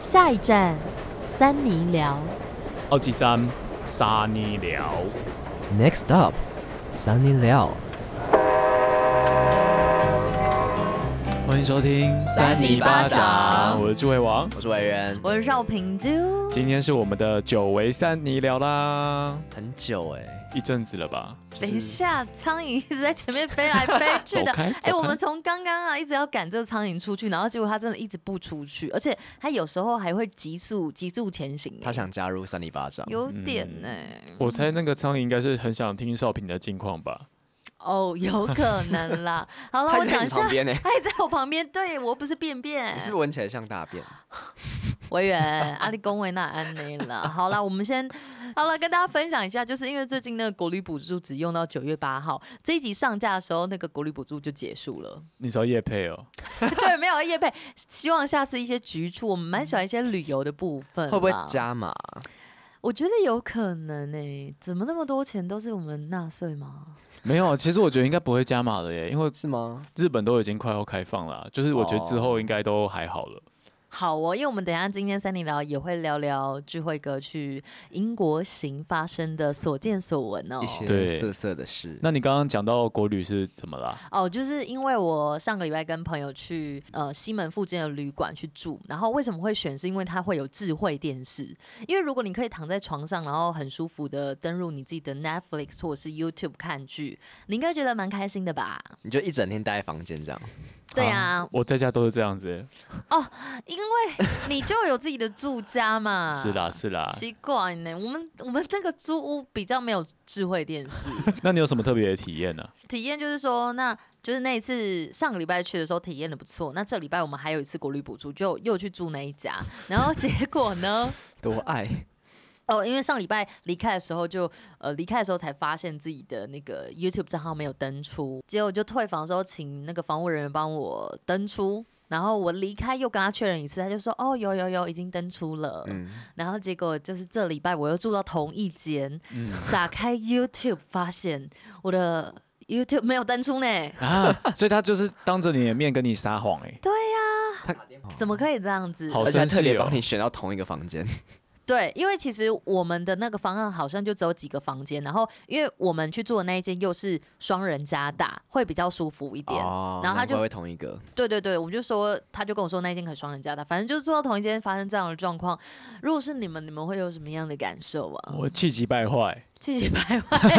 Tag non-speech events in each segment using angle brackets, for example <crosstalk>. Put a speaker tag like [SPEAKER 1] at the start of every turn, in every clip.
[SPEAKER 1] 下一站，三尼寮。
[SPEAKER 2] 好几站沙尼寮。
[SPEAKER 3] Next up, Sunny Liao。
[SPEAKER 4] 欢迎收听
[SPEAKER 5] 三尼巴掌
[SPEAKER 2] 我是智慧王，
[SPEAKER 4] 我是伟人。
[SPEAKER 5] 我是赵平珠，
[SPEAKER 2] 今天是我们的久违三尼聊啦，
[SPEAKER 4] 很久哎、欸，
[SPEAKER 2] 一阵子了吧？
[SPEAKER 5] 等一下，苍蝇一直在前面飞来飞去
[SPEAKER 2] 走
[SPEAKER 5] 的。
[SPEAKER 2] 开，
[SPEAKER 5] 哎、
[SPEAKER 2] 走
[SPEAKER 5] 我
[SPEAKER 2] 开
[SPEAKER 5] 们从刚刚啊一直要赶这个苍蝇出去，然后结果它真的一直不出去，而且它有时候还会急速急速前行、欸
[SPEAKER 4] 他想嗯加入三尼巴掌，
[SPEAKER 5] 有点欸呢、
[SPEAKER 2] 我猜那个苍蝇应该是很想听少平的近况吧？
[SPEAKER 5] 哦，有可能啦。好了，
[SPEAKER 4] 他
[SPEAKER 5] 我
[SPEAKER 4] 在
[SPEAKER 5] 讲
[SPEAKER 4] 你
[SPEAKER 5] 一下 <laughs>
[SPEAKER 4] 旁，边呢、欸。
[SPEAKER 5] 它也在我旁边，对我不是便便
[SPEAKER 4] 你是不是。闻起来像大便？
[SPEAKER 5] 委员，阿里恭维那安内了。好啦，我们先好了，跟大家分享一下，就是因为最近那个国旅补助只用到九月八号，这一集上架的时候，那个国旅补助就结束 <laughs> 了。
[SPEAKER 2] 你知道叶佩哦？
[SPEAKER 5] 对，没有叶配，希望下次一些局处，我们蛮喜欢一些旅游的部分。
[SPEAKER 4] 会不会？加码？
[SPEAKER 5] 我觉得有可能呢、怎么那么多钱都是我们纳税吗？
[SPEAKER 2] 没有，其实我觉得应该不会加码的耶，因为
[SPEAKER 4] 是吗？
[SPEAKER 5] 哦
[SPEAKER 2] 日本都已经快要开放了啊，就是我觉得之后应该都还好了。
[SPEAKER 5] 好哦，因为我们等一下今天三零聊也会聊聊智慧哥去英国行发生的所见所闻哦
[SPEAKER 4] 一。些
[SPEAKER 2] 对
[SPEAKER 4] 色色的事。
[SPEAKER 2] 那你刚刚讲到国旅是怎么啦？
[SPEAKER 5] 哦，就是因为我上个礼拜跟朋友去呃西门附近的旅馆去住，然后为什么会选？是因为它会有智慧电视，因为如果你可以躺在床上，然后很舒服的登入你自己的 Netflix 或者是 YouTube 看剧，你应该觉得蛮开心的吧？
[SPEAKER 4] 你就一整天待在房间这样，
[SPEAKER 5] 对啊，
[SPEAKER 2] 我在家都是这样子耶。
[SPEAKER 5] 因为你就有自己的住家嘛。
[SPEAKER 2] 是啦，。是啦。
[SPEAKER 5] 奇怪呢，我们我们那个租屋比较没有智慧电视，
[SPEAKER 2] 那你有什么特别的体验呢？
[SPEAKER 5] 体验就是说，那就是那一次上个礼拜去的时候体验的不错，那这礼拜我们还有一次国旅补助，就又去住那一家，然后结果呢？
[SPEAKER 4] 多爱！
[SPEAKER 5] 哦，因为上礼拜离开的时候就呃离开的时候才发现自己的那个 YouTube 账号没有登出，结果就退房的时候请那个房务人员帮我登出，然后我离开又跟他确认一次，他就说哦有有有已经登出了，
[SPEAKER 4] 嗯，
[SPEAKER 5] 然后结果就是这礼拜我又住到同一间，
[SPEAKER 2] 嗯
[SPEAKER 5] 打开 YouTube 发现我的 YouTube 没有登出呢。
[SPEAKER 2] <laughs> 啊，所以他就是当着你的面跟你撒谎哎。
[SPEAKER 5] 怎么可以这样子？
[SPEAKER 2] 好
[SPEAKER 4] 而且还
[SPEAKER 2] 生
[SPEAKER 4] 特
[SPEAKER 2] 气
[SPEAKER 4] 别帮
[SPEAKER 2] 哦
[SPEAKER 4] 你。选到同一个房间，
[SPEAKER 5] 对，因为其实我们的那个方案好像就只有几个房间，然后因为我们去住的那一间又是双人加大，会比较舒服一点。
[SPEAKER 2] 啊
[SPEAKER 5] 然后他
[SPEAKER 4] 哦难怪
[SPEAKER 5] 就
[SPEAKER 4] 会同一个，
[SPEAKER 5] 对对对，我就说，他就跟我说那一间可以双人加大，反正就是住到同一间发生这样的状况。如果是你们，你们会有什么样的感受啊？
[SPEAKER 2] 我气急败坏，
[SPEAKER 5] 气急败坏，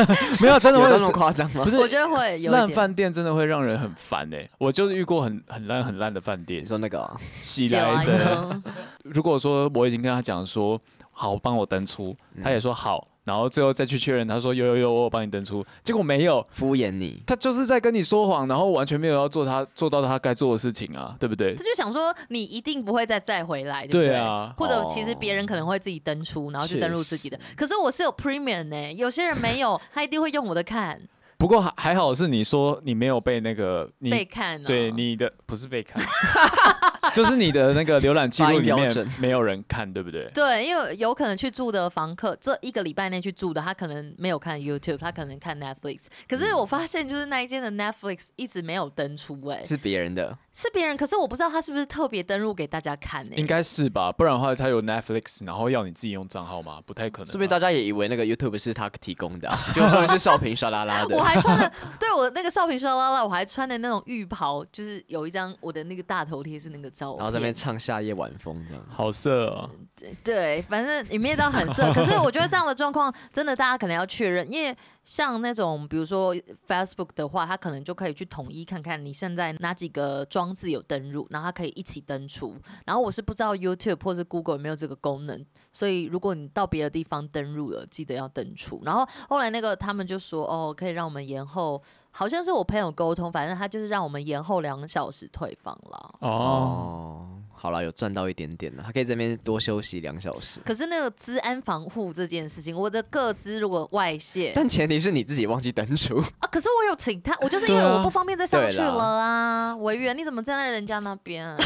[SPEAKER 2] 没有真的
[SPEAKER 4] 有
[SPEAKER 2] 会
[SPEAKER 4] 那
[SPEAKER 2] 有
[SPEAKER 4] 么
[SPEAKER 2] 时
[SPEAKER 4] 夸张吗
[SPEAKER 2] <laughs> 不？
[SPEAKER 5] 我
[SPEAKER 2] 是
[SPEAKER 5] 觉得会有一
[SPEAKER 2] 烂
[SPEAKER 5] 点
[SPEAKER 2] 饭店真的会让人很烦哎。我就是遇过很很烂很烂的饭
[SPEAKER 4] 你
[SPEAKER 5] <laughs>
[SPEAKER 2] 店，
[SPEAKER 4] 说那个哦
[SPEAKER 2] 喜
[SPEAKER 5] 有啊 <laughs>
[SPEAKER 2] 来的。
[SPEAKER 5] 有
[SPEAKER 2] 如果说我已经跟他讲说好，帮我登出，
[SPEAKER 5] 嗯
[SPEAKER 2] 他也说好，然后最后再去确认，他说有有有，我有帮你登出，结果没有，
[SPEAKER 4] 敷衍你，
[SPEAKER 2] 他就是在跟你说谎，然后完全没有要做他做到他该做的事情啊，对不对
[SPEAKER 5] 他？就想说你一定不会再再回来，对不
[SPEAKER 2] 对啊
[SPEAKER 5] 或者其实别人可能会自己登出，然后就登录自己的。可是我是有 premium 呢、有些人没有，他一定会用我的看
[SPEAKER 2] 不过还还好是你说你没有被那个你
[SPEAKER 5] 被看、哦。
[SPEAKER 2] 对你的不是被看， <laughs> 就是你的那个浏览记录
[SPEAKER 5] <laughs>
[SPEAKER 2] 里
[SPEAKER 4] 发音标
[SPEAKER 2] 面
[SPEAKER 4] 准
[SPEAKER 2] 没有人看，对不对？
[SPEAKER 5] 对，因为有可能去住的房客，这一个礼拜内去住的，他可能没有看 YouTube，他可能看 Netflix。可是我发现，就是那一间的 Netflix 一直没有登出、哎，
[SPEAKER 4] 是别人的，
[SPEAKER 5] 是别人，可是我不知道他是不是特别登录给大家看、哎，
[SPEAKER 2] 应该是吧，不然的话他有 Netflix，然后要你自己用账号吗？不太可能吧。
[SPEAKER 4] 是不是大家也以为那个 YouTube 是他提供的啊， <laughs> 就上面是少平沙拉拉
[SPEAKER 5] <laughs>
[SPEAKER 4] 的
[SPEAKER 5] 我，还穿的，对我那个少平沙拉拉，我还穿的那种浴袍，就是有一张我的那个大头贴是那个照片，
[SPEAKER 4] 然后在那边唱夏夜晚风这样。
[SPEAKER 2] 好色哦，
[SPEAKER 5] 对，反正也没到很色。可是我觉得这样的状况，真的大家可能要确认，因为像那种比如说 Facebook 的话，它可能就可以去统一看看你现在哪几个装置有登入，然后它可以一起登出。然后我是不知道 YouTube 或是 Google 有没有这个功能，所以如果你到别的地方登入了，记得要登出。然后后来那个他们就说，哦，可以让我们延后。好像是我朋友沟通，反正他就是让我们延后两小时退房了。
[SPEAKER 2] 哦，
[SPEAKER 4] 哦，好了，有赚到一点点了，他可以在那边多休息两小时。
[SPEAKER 5] 可是那个资安防护这件事情，我的个资如果外泄
[SPEAKER 4] 但前提是你自己忘记登
[SPEAKER 2] <laughs>
[SPEAKER 4] 出，
[SPEAKER 5] 啊，可是我有请他，我就是因为
[SPEAKER 2] 对啊
[SPEAKER 5] 我不方便再上
[SPEAKER 4] 对
[SPEAKER 5] 去
[SPEAKER 4] 啦
[SPEAKER 5] 了啊。委员，你怎么站在人家那边
[SPEAKER 4] <laughs>
[SPEAKER 5] 啊？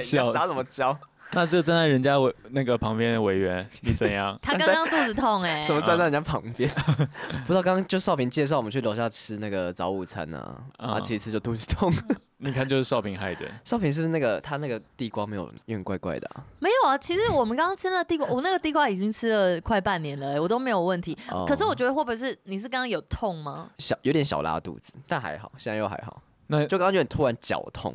[SPEAKER 2] 笑死
[SPEAKER 4] 打怎么教？
[SPEAKER 2] 那这站在人家委那个旁边的委
[SPEAKER 4] <laughs>
[SPEAKER 2] 员，你怎样？
[SPEAKER 5] 他刚刚肚子痛哎、
[SPEAKER 4] 什么站在人家旁边？ <laughs> 不知道刚刚就少平介绍我们去楼下吃那个早午餐呢，
[SPEAKER 2] 嗯
[SPEAKER 4] 啊，吃一次就肚子痛， <laughs>
[SPEAKER 2] 你看就是少平害的。
[SPEAKER 4] 少平是不是那个他那个地瓜没有，有点怪怪的、啊？
[SPEAKER 5] 没有啊，其实我们刚刚吃那个地瓜，我那个地瓜已经吃了快半年了、欸，我都没有问题。
[SPEAKER 4] 哦
[SPEAKER 5] 可是我觉得会不会是你是刚刚有痛吗？
[SPEAKER 4] 小有点小拉肚子，但还好，现在又还好。
[SPEAKER 2] 那
[SPEAKER 4] 就刚刚有点突然绞痛，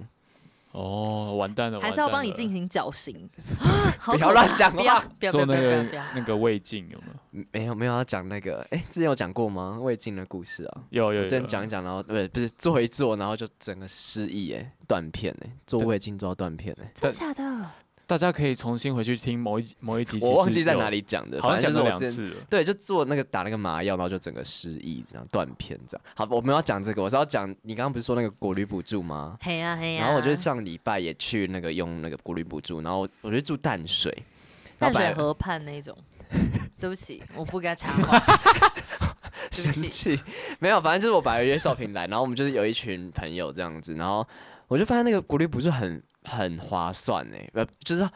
[SPEAKER 2] 哦，完蛋了，
[SPEAKER 5] 还是要
[SPEAKER 2] 完蛋
[SPEAKER 5] 帮你
[SPEAKER 2] 了
[SPEAKER 5] 进行绞
[SPEAKER 4] <laughs>
[SPEAKER 5] 刑？ <gasps> 好
[SPEAKER 4] 不
[SPEAKER 5] 可
[SPEAKER 4] 要乱讲
[SPEAKER 5] 不要
[SPEAKER 4] 话。
[SPEAKER 5] 不要不
[SPEAKER 2] 做
[SPEAKER 5] 要不
[SPEAKER 2] 那
[SPEAKER 5] 要不要
[SPEAKER 2] 个
[SPEAKER 5] 不要！
[SPEAKER 2] 那个胃镜有没有？
[SPEAKER 4] 嗯没有没有要讲那个，哎、之前有讲过吗？胃镜的故事啊，
[SPEAKER 2] 有有有，
[SPEAKER 4] 之前讲一讲，然后对，不是做一做，然后就整个失忆，哎，断片，哎，做
[SPEAKER 2] 对
[SPEAKER 4] 胃镜做到断片，哎，
[SPEAKER 5] 真的假的？
[SPEAKER 2] 大家可以重新回去听某一集某一集，
[SPEAKER 4] 我忘记在哪，里讲的，
[SPEAKER 2] 好像
[SPEAKER 4] 反
[SPEAKER 2] 讲
[SPEAKER 4] 正就是
[SPEAKER 2] 了
[SPEAKER 4] 我
[SPEAKER 2] 两
[SPEAKER 4] 之前
[SPEAKER 2] 次了。
[SPEAKER 4] 对，就做那个打那个麻药，然后就整个失忆，然后断片这样。好，我们要讲这个，我是要讲你刚刚不是说那个国旅补助吗？
[SPEAKER 5] 嘿呀嘿哎呀！
[SPEAKER 4] 然后我就上礼拜也去那个用那个国旅补助，然后我我就住淡水，
[SPEAKER 5] 淡
[SPEAKER 4] 然后本
[SPEAKER 5] 水
[SPEAKER 4] 来
[SPEAKER 5] 河畔那
[SPEAKER 4] <laughs>
[SPEAKER 5] 种。对不起，我不该插话。 <laughs> 对不
[SPEAKER 4] 生
[SPEAKER 5] 起
[SPEAKER 4] 气， <laughs> 没有，反正就是我本来约少平来，然后我们就是有一群朋友这样子，然后我就发现那个国旅补助很很划算哎、呃，就是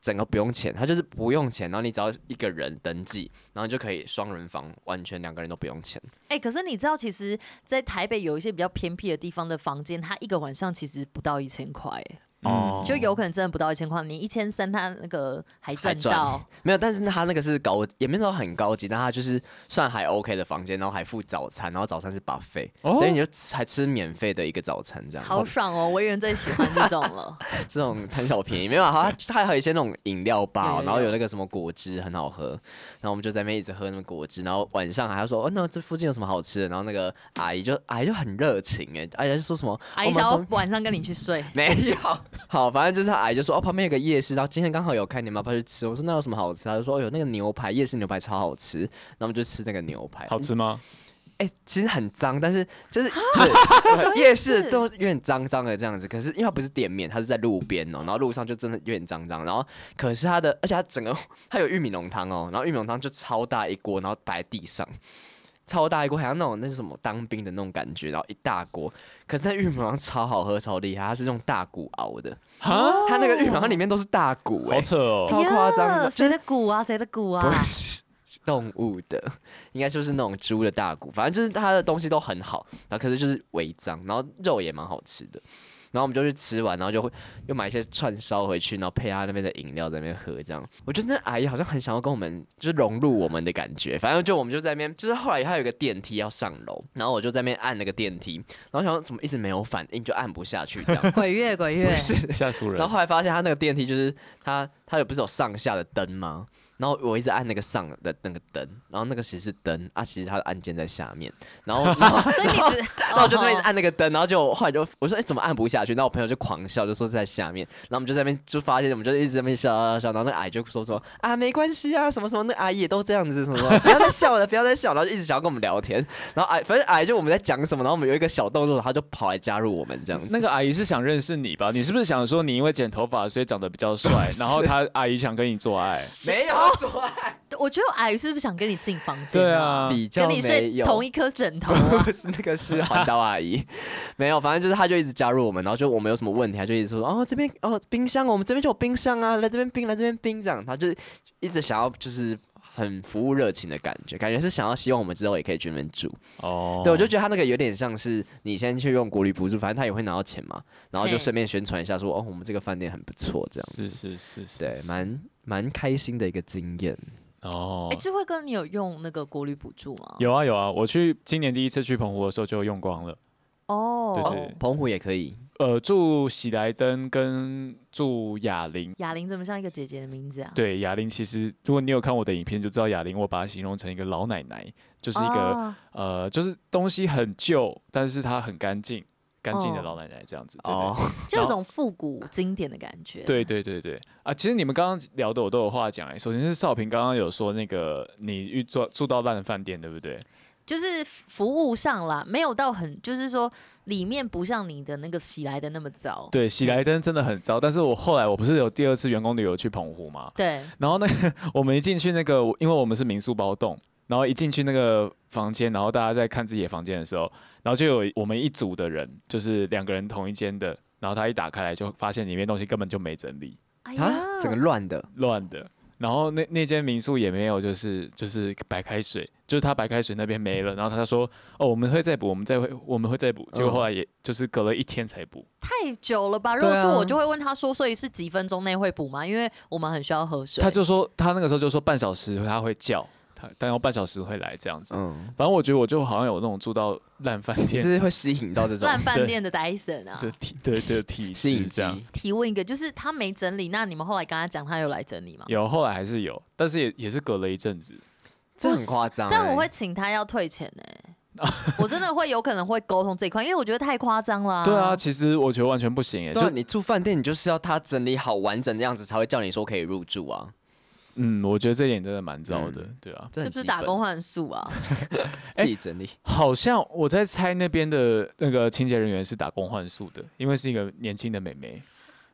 [SPEAKER 4] 整个不用钱，它就是不用钱，然后你只要一个人登记，然后你就可以双人房，完全两个人都不用钱。
[SPEAKER 5] 哎、可是你知道，其实，在台北有一些比较偏僻的地方的房间，它一个晚上其实不到一千块、欸
[SPEAKER 4] 哦
[SPEAKER 5] 就有可能真的不到一千块。你一千三，他那个还赚
[SPEAKER 4] 还赚
[SPEAKER 5] 到。
[SPEAKER 4] 没有，但是他那个是高，也没有到很高级，但他就是算还 OK 的房间，然后还附早餐，然后早餐是 buffet，、
[SPEAKER 2] 哦
[SPEAKER 4] 等于你就吃还吃免费的一个早餐这
[SPEAKER 5] <laughs>
[SPEAKER 4] 样。
[SPEAKER 5] 好爽哦！我以人最喜欢这种
[SPEAKER 4] <laughs>
[SPEAKER 5] 了。
[SPEAKER 4] 这种贪小便宜没有啊，它它还有一些那种饮料吧、
[SPEAKER 5] 有有
[SPEAKER 4] 然后
[SPEAKER 5] 有
[SPEAKER 4] 有那个什么果汁很好喝，然后我们就在那边一直喝那个果汁，然后晚上还要说哦，那这附近有什么好吃的？然后那个阿姨就阿姨就很热情哎、阿姨就说什么
[SPEAKER 5] 阿姨
[SPEAKER 4] 我们
[SPEAKER 5] 想要
[SPEAKER 4] 旁
[SPEAKER 5] 晚上跟你去睡，
[SPEAKER 4] 没有， <laughs> 好，反正就是她阿姨就说哦，旁边有个夜市，然后今天刚好有开，你们要不要去吃？我说那有什么好吃？她就说哦有那个牛排，夜市牛排超好吃，然后我们就吃那个牛排，
[SPEAKER 2] 好吃吗？
[SPEAKER 4] 哎、其实很脏，但是就是对夜市
[SPEAKER 5] 思
[SPEAKER 4] 都有点脏脏的这样子。可是因为它不是店面，它是在路边哦、然后路上就真的有点脏脏。然后可是它的，而且它整个它有玉米浓汤哦，然后玉米浓汤就超大一锅，然后摆在地上，超大一锅，好像那种那是什么当兵的那种感觉，然后一大锅。可是那玉米浓汤超好喝，超厉害，它是用大骨熬的，
[SPEAKER 2] 哈，
[SPEAKER 4] 它那个玉米浓汤里面都是大骨、哎
[SPEAKER 2] 好扯哦。
[SPEAKER 4] 超夸张的
[SPEAKER 5] 哎呀
[SPEAKER 4] 就
[SPEAKER 5] 谁
[SPEAKER 4] 是
[SPEAKER 5] 的骨啊？谁的骨啊
[SPEAKER 4] 不？是动物的， <laughs> 应该就是那种猪的大骨，反正就是它的东西都很好，然后可是就是违章，然后肉也蛮好吃的。然后我们就去吃完，然后就会又买一些串烧回去，然后配他那边的饮料在那边喝，这样。我觉得那阿姨好像很想要跟我们就是融入我们的感觉，反正就我们就在那边，就是后来还有一个电梯要上楼，然后我就在那边按那个电梯，然后想说怎么一直没有反应，就按不下去这样。
[SPEAKER 5] 鬼月鬼月，
[SPEAKER 2] 下属人
[SPEAKER 4] 然后后来发现他那个电梯就是他他有不是有上下的灯吗？然后我一直按那个上的那个灯，然后那个其实是灯啊，其实它的按键在下面。然后，然后
[SPEAKER 5] 所以你只，
[SPEAKER 4] 然后我就这边一直
[SPEAKER 5] 哦
[SPEAKER 4] 按 <laughs> 那个灯，然后就后来就我说哎、怎么按不下去？然后我朋友就狂笑，就说是在下面。然后我们就在那边就发现，我们就一直在那边笑笑笑。然后那个阿姨就说说啊没关系啊，什么什么，那阿姨也都这样子，什么什么，不要再笑了，不要再笑。然后就一直想要跟我们聊天。然后阿反正阿姨就我们在讲什么，然后我们有一个小动作，她就跑来加入我们这样子。
[SPEAKER 2] 那个阿姨是想认识你吧？你是不是想说你因为剪头发所以长得比较
[SPEAKER 4] <laughs>
[SPEAKER 2] 帅，然后她阿姨想跟你做爱？
[SPEAKER 4] 没有阻碍。
[SPEAKER 5] 我觉得阿姨是不是想跟你进房间？
[SPEAKER 2] 对，啊，
[SPEAKER 4] 比较
[SPEAKER 5] 跟
[SPEAKER 4] 没
[SPEAKER 5] 你睡
[SPEAKER 4] 有，。
[SPEAKER 5] 同一颗枕头啊
[SPEAKER 4] <laughs> 不是那个是环岛阿 <laughs> 姨，没有，反正就是她就一直加入我们，然后就我们有什么问题，她就一直说哦这边哦冰箱，我们这边就有冰箱啊，来这边冰来这边冰这样，她就是一直想要就是很服务热情的感觉，感觉是想要希望我们之后也可以去那边住。
[SPEAKER 2] 哦，
[SPEAKER 4] 对，我就觉得她那个有点像是你先去用国旅补助，反正她也会拿到钱嘛，然后就
[SPEAKER 5] 嘿
[SPEAKER 4] 顺便宣传一下说哦我们这个饭店很不错这样
[SPEAKER 2] 是
[SPEAKER 4] 子，
[SPEAKER 2] 是是是，
[SPEAKER 4] 对，
[SPEAKER 2] 是
[SPEAKER 4] 蛮蛮开心的一个经验。
[SPEAKER 2] 哦
[SPEAKER 5] 哎，。智慧哥，你有用那个国旅补助吗？
[SPEAKER 2] 有啊有啊，我去今年第一次去澎湖的时候就用光了。对
[SPEAKER 5] 哦
[SPEAKER 2] 对。
[SPEAKER 4] 澎湖也可以，
[SPEAKER 2] 呃，住喜来登跟住雅玲，
[SPEAKER 5] 哑铃怎么像一个姐姐的名字啊？
[SPEAKER 2] 对雅玲，其实如果你有看我的影片，就知道雅玲，我把它形容成一个老奶奶，就是一个、
[SPEAKER 5] 哦
[SPEAKER 2] 呃，就是东西很旧，但是它很干净，干净的
[SPEAKER 5] 哦
[SPEAKER 2] 老奶奶这样子。对
[SPEAKER 4] 哦，
[SPEAKER 5] 就有种复古经典的感觉。
[SPEAKER 2] 对对对对对啊！其实你们刚刚聊的我都有话讲哎、首先是少平刚刚有说那个你遇住住到烂的饭店，对不对？
[SPEAKER 5] 就是服务上啦，没有到很，就是说里面不像你的那个喜来的那么糟。
[SPEAKER 2] 对，喜来登真的很糟。但是我后来我不是有第二次员工旅游去澎湖吗？
[SPEAKER 5] 对
[SPEAKER 2] 然后那个我们一进去那个，因为我们是民宿包栋，然后一进去那个房间，然后大家在看自己的房间的时候，然后就有我们一组的人，就是两个人同一间的，然后他一打开来就发现里面东西根本就没整理，
[SPEAKER 5] 哎
[SPEAKER 4] 啊，整个乱的。
[SPEAKER 2] 乱的。然后那那间民宿也没有，就是就是白开水，就是他白开水那边没了，然后他说哦我们会再补，我们再会我们会再补，结果
[SPEAKER 4] 嗯
[SPEAKER 2] 后来也就是隔了一天才补。
[SPEAKER 5] 太久了吧？如
[SPEAKER 2] 对
[SPEAKER 5] 果是我，
[SPEAKER 2] 啊
[SPEAKER 5] 就会问他说，所以是几分钟内会补吗？因为我们很需要喝水。
[SPEAKER 2] 他就说他那个时候就说半小时他会叫他，但要半小时会来这样子。
[SPEAKER 4] 嗯，
[SPEAKER 2] 反正我觉得我就好像有那种住到烂饭
[SPEAKER 4] 你
[SPEAKER 2] 店
[SPEAKER 4] 是会吸引到这种
[SPEAKER 5] 烂饭店的 Dyson 啊，
[SPEAKER 2] 的体对的体
[SPEAKER 4] 吸
[SPEAKER 2] 质
[SPEAKER 4] 引
[SPEAKER 2] 这样。
[SPEAKER 4] 机，
[SPEAKER 5] 提问一个，就是他没整理，那你们后来跟他讲，他有来整理吗？
[SPEAKER 2] 有后来还是有，但是也也是隔了一阵子。
[SPEAKER 4] 这很夸张欸。
[SPEAKER 5] 这样我会请他要退钱呢、我真的会有可能会沟通这一块，因为我觉得太夸张了、
[SPEAKER 2] 对啊，，其实我觉得完全不行耶，
[SPEAKER 4] 对啊，
[SPEAKER 2] 欸就
[SPEAKER 4] 你住饭店，你就是要他整理好完整的样子，才会叫你说可以入住啊。
[SPEAKER 2] 嗯，我觉得这点真的蛮糟的，
[SPEAKER 4] 嗯
[SPEAKER 2] 对啊。
[SPEAKER 4] 这
[SPEAKER 5] 是
[SPEAKER 4] 很
[SPEAKER 5] 不是
[SPEAKER 4] 基
[SPEAKER 5] 打
[SPEAKER 4] 本
[SPEAKER 5] 工换宿啊？
[SPEAKER 4] 自
[SPEAKER 2] 欸
[SPEAKER 4] 己整理？
[SPEAKER 2] 好像我在猜那边的那个清洁人员是打工换宿的，因为是一个年轻的妹妹，
[SPEAKER 5] 哦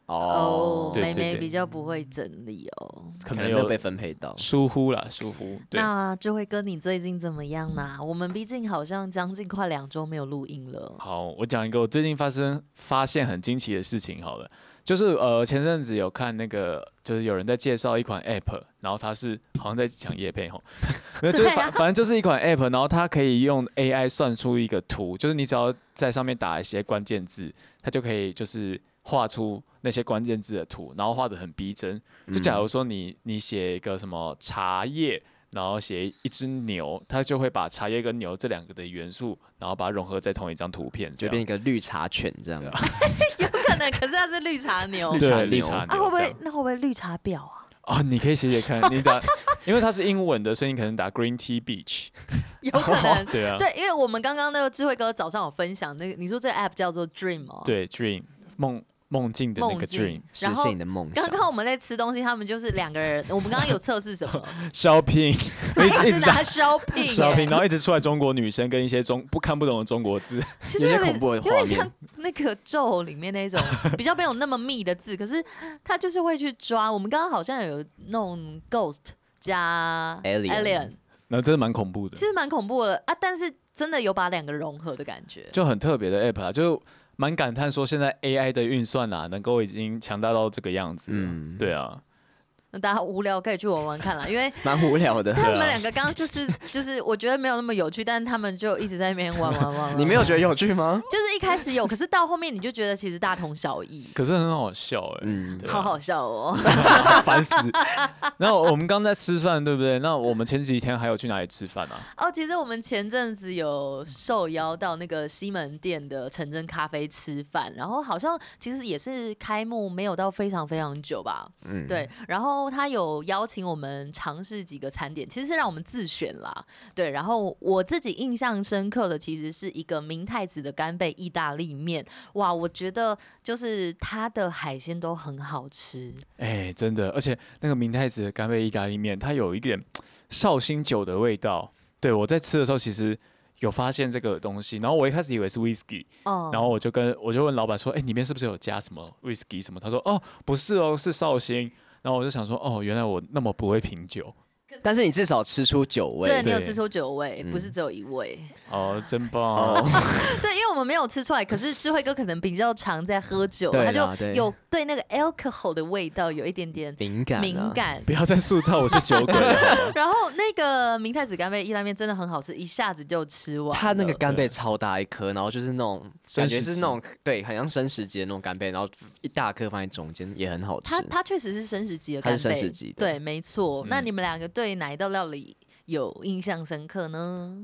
[SPEAKER 4] 哦，，
[SPEAKER 2] 对
[SPEAKER 5] 妹妹
[SPEAKER 2] 对
[SPEAKER 5] 比较不会整理哦。
[SPEAKER 2] 可
[SPEAKER 4] 可
[SPEAKER 2] 能
[SPEAKER 4] 能没有
[SPEAKER 2] 有
[SPEAKER 4] 被分配到。
[SPEAKER 2] 疏忽啦，疏忽。对，
[SPEAKER 5] 那智慧哥，你最近怎么样呢、我们毕竟好像将近快两周没有录音了。 <laughs>
[SPEAKER 2] 好，我讲一个我最近发生发现很惊奇的事情好了，就是呃前阵子有看那个，就是有人在介绍一款 app，然后它是好像在讲叶配吼， <laughs> 没有就是
[SPEAKER 5] 对
[SPEAKER 2] 反、
[SPEAKER 5] 啊
[SPEAKER 2] 反正就是一款 app，然后它可以用 AI 算出一个图，就是你只要在上面打一些关键字，它就可以就是画出那些关键字的图，然后画的很逼真。
[SPEAKER 4] 嗯
[SPEAKER 2] 就假如说你你写一个什么茶叶。然后写一只牛，它就会把茶叶跟牛这两个的元素，然后把它融合在同一张图片，这
[SPEAKER 4] 就
[SPEAKER 2] 样
[SPEAKER 4] 变一个绿茶犬这样，
[SPEAKER 2] 啊
[SPEAKER 5] 不可能，可是他是绿茶牛
[SPEAKER 4] 绿茶
[SPEAKER 2] 对绿
[SPEAKER 4] 牛
[SPEAKER 2] 茶
[SPEAKER 5] 啊，会不
[SPEAKER 2] 牛这
[SPEAKER 5] 会
[SPEAKER 2] 样。
[SPEAKER 5] 那会不会绿茶婊啊？ <laughs>
[SPEAKER 2] 哦，你可以写写看，你打， <laughs> 因为它是英文的，所以你可能打 green tea beach。
[SPEAKER 5] 有可能。
[SPEAKER 2] <laughs> 对啊，
[SPEAKER 5] 对，因为我们刚刚那个智慧哥早上有分享那个，你说这个 app 叫做 Dream 哦，，
[SPEAKER 2] 对 dream 梦梦境的那
[SPEAKER 5] 梦
[SPEAKER 2] 个 dream
[SPEAKER 5] 境。<laughs>
[SPEAKER 4] 实
[SPEAKER 5] 然后
[SPEAKER 4] 现你的梦想
[SPEAKER 5] 刚。刚我们在吃东西，他们就是两个人，我们刚刚有测试什么？<laughs>
[SPEAKER 4] <laughs>
[SPEAKER 2] shopping，一
[SPEAKER 5] 一
[SPEAKER 2] 直
[SPEAKER 5] 直
[SPEAKER 2] 一直打
[SPEAKER 5] 拿 shopping，欸
[SPEAKER 2] shopping，然后一直出来中国女生跟一些中不看不懂的中国字。 <laughs>
[SPEAKER 5] 其实
[SPEAKER 4] 有些
[SPEAKER 5] 有点
[SPEAKER 4] 恐怖的
[SPEAKER 5] 有
[SPEAKER 4] 画
[SPEAKER 5] 点
[SPEAKER 4] 面
[SPEAKER 5] 像那个咒里面那种比较没有那么密的字，可是他就是会去抓。我们刚刚好像有弄 ghost 加
[SPEAKER 4] Alien
[SPEAKER 2] 然后真的蛮恐怖的
[SPEAKER 5] 其，实蛮恐怖的啊，但是真的有把两个融合的感觉。
[SPEAKER 2] 就很特别的 app 啊，就蛮感叹说现在 AI 的运算啊，能够已经强大到这个样子。嗯，
[SPEAKER 4] 嗯
[SPEAKER 2] 对啊，
[SPEAKER 5] 那大家无聊可以去玩玩看啦，因为
[SPEAKER 4] 蛮无
[SPEAKER 5] <laughs>
[SPEAKER 4] 聊的。
[SPEAKER 5] 他们两个刚刚就是就是我觉得没有那么有趣，但他们就一直在那边玩玩玩玩。
[SPEAKER 4] 你没有觉得有趣吗？
[SPEAKER 5] 就是一开始有，可是到后面你就觉得其实大同小异，
[SPEAKER 2] 可是很好笑哎、
[SPEAKER 4] 嗯，
[SPEAKER 2] <laughs> 对啊
[SPEAKER 5] 好好笑哦。
[SPEAKER 2] <laughs>
[SPEAKER 5] <laughs>
[SPEAKER 2] 烦死。那我们刚在吃饭，对不对？那我们前几天还有去哪里吃饭啊？
[SPEAKER 5] 哦，其实我们前阵子有受邀到那个西门店的陈真咖啡吃饭，然后好像其实也是开幕没有到非常非常久吧，
[SPEAKER 4] 嗯，
[SPEAKER 5] 对。然后他有邀请我们尝试几个餐点，其实是让我们自选啦，对。然后我自己印象深刻的其实是一个明太子的干贝意大利面，哇，我觉得就是它的海鲜都很好吃，
[SPEAKER 2] 哎、真的，而且那个明太子的干贝意大利面，它有一点绍兴酒的味道。对我在吃的时候，其实有发现这个东西，然后我一开始以为是 whisky，
[SPEAKER 5] 哦、
[SPEAKER 2] 然后我就跟我就问老板说：“哎、里面是不是有加什么 whisky 什么？”他说：“哦，不是哦，是绍兴。”然后我就想说：“哦，原来我那么不会品酒，
[SPEAKER 4] 但是你至少吃出酒味。
[SPEAKER 5] 对你有
[SPEAKER 2] 对
[SPEAKER 5] 吃出九味，不是
[SPEAKER 4] 嗯
[SPEAKER 5] 只有一味。
[SPEAKER 2] 哦，真棒。
[SPEAKER 4] 哦，
[SPEAKER 5] <laughs> 对，因为我们没有吃出来，可是智慧哥可能比较常在喝酒，
[SPEAKER 4] 对
[SPEAKER 5] 他
[SPEAKER 4] 啦
[SPEAKER 5] 就
[SPEAKER 4] 对
[SPEAKER 5] 有对那个 alcohol 的味道有一点点
[SPEAKER 4] 敏感，啊
[SPEAKER 5] 敏。感。
[SPEAKER 2] <laughs> 不要再塑造我是酒鬼了。 <laughs> 好吗
[SPEAKER 5] 然后那个明太子干贝意大利面真的很好吃，一下子就吃完了。
[SPEAKER 4] 它那个干贝超大一颗，然后就是那种
[SPEAKER 2] 生
[SPEAKER 4] 感觉
[SPEAKER 2] 食
[SPEAKER 4] 是
[SPEAKER 2] 鸡
[SPEAKER 4] 那种对，很像生食节那种干贝，然后一大颗放在中间也很好吃
[SPEAKER 5] 它。它确实是生食级的
[SPEAKER 4] 它
[SPEAKER 5] 干
[SPEAKER 4] 是
[SPEAKER 5] 贝，
[SPEAKER 4] 生食级的
[SPEAKER 5] 对，没错。那
[SPEAKER 2] 嗯
[SPEAKER 5] 你们两个对哪一道料理有印象深刻呢？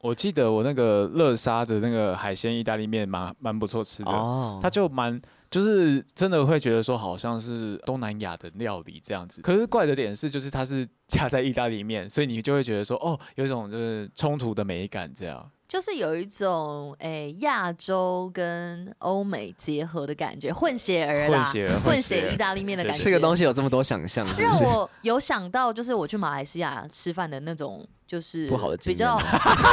[SPEAKER 2] 我记得我那个乐沙的那个海鲜意大利面蛮蛮不错吃的，
[SPEAKER 4] 哦
[SPEAKER 2] 它就蛮就是真的会觉得说好像是东南亚的料理这样子。可是怪的点是，就是它是加在意大利面，所以你就会觉得说哦，有一种就是冲突的美感这样。
[SPEAKER 5] 就是有一种诶亚洲跟欧美结合的感觉，混血儿啦，
[SPEAKER 2] 混血儿
[SPEAKER 5] 混
[SPEAKER 2] 混血
[SPEAKER 5] 血
[SPEAKER 2] 儿
[SPEAKER 5] 意大利面的
[SPEAKER 2] 对
[SPEAKER 5] 感觉。
[SPEAKER 4] 这个东西有这么多想象，
[SPEAKER 5] 让
[SPEAKER 4] 是不是
[SPEAKER 5] 我有想到，就是我去马来西亚吃饭的那种，就是
[SPEAKER 4] 不好的经
[SPEAKER 5] 比
[SPEAKER 4] 验
[SPEAKER 5] 较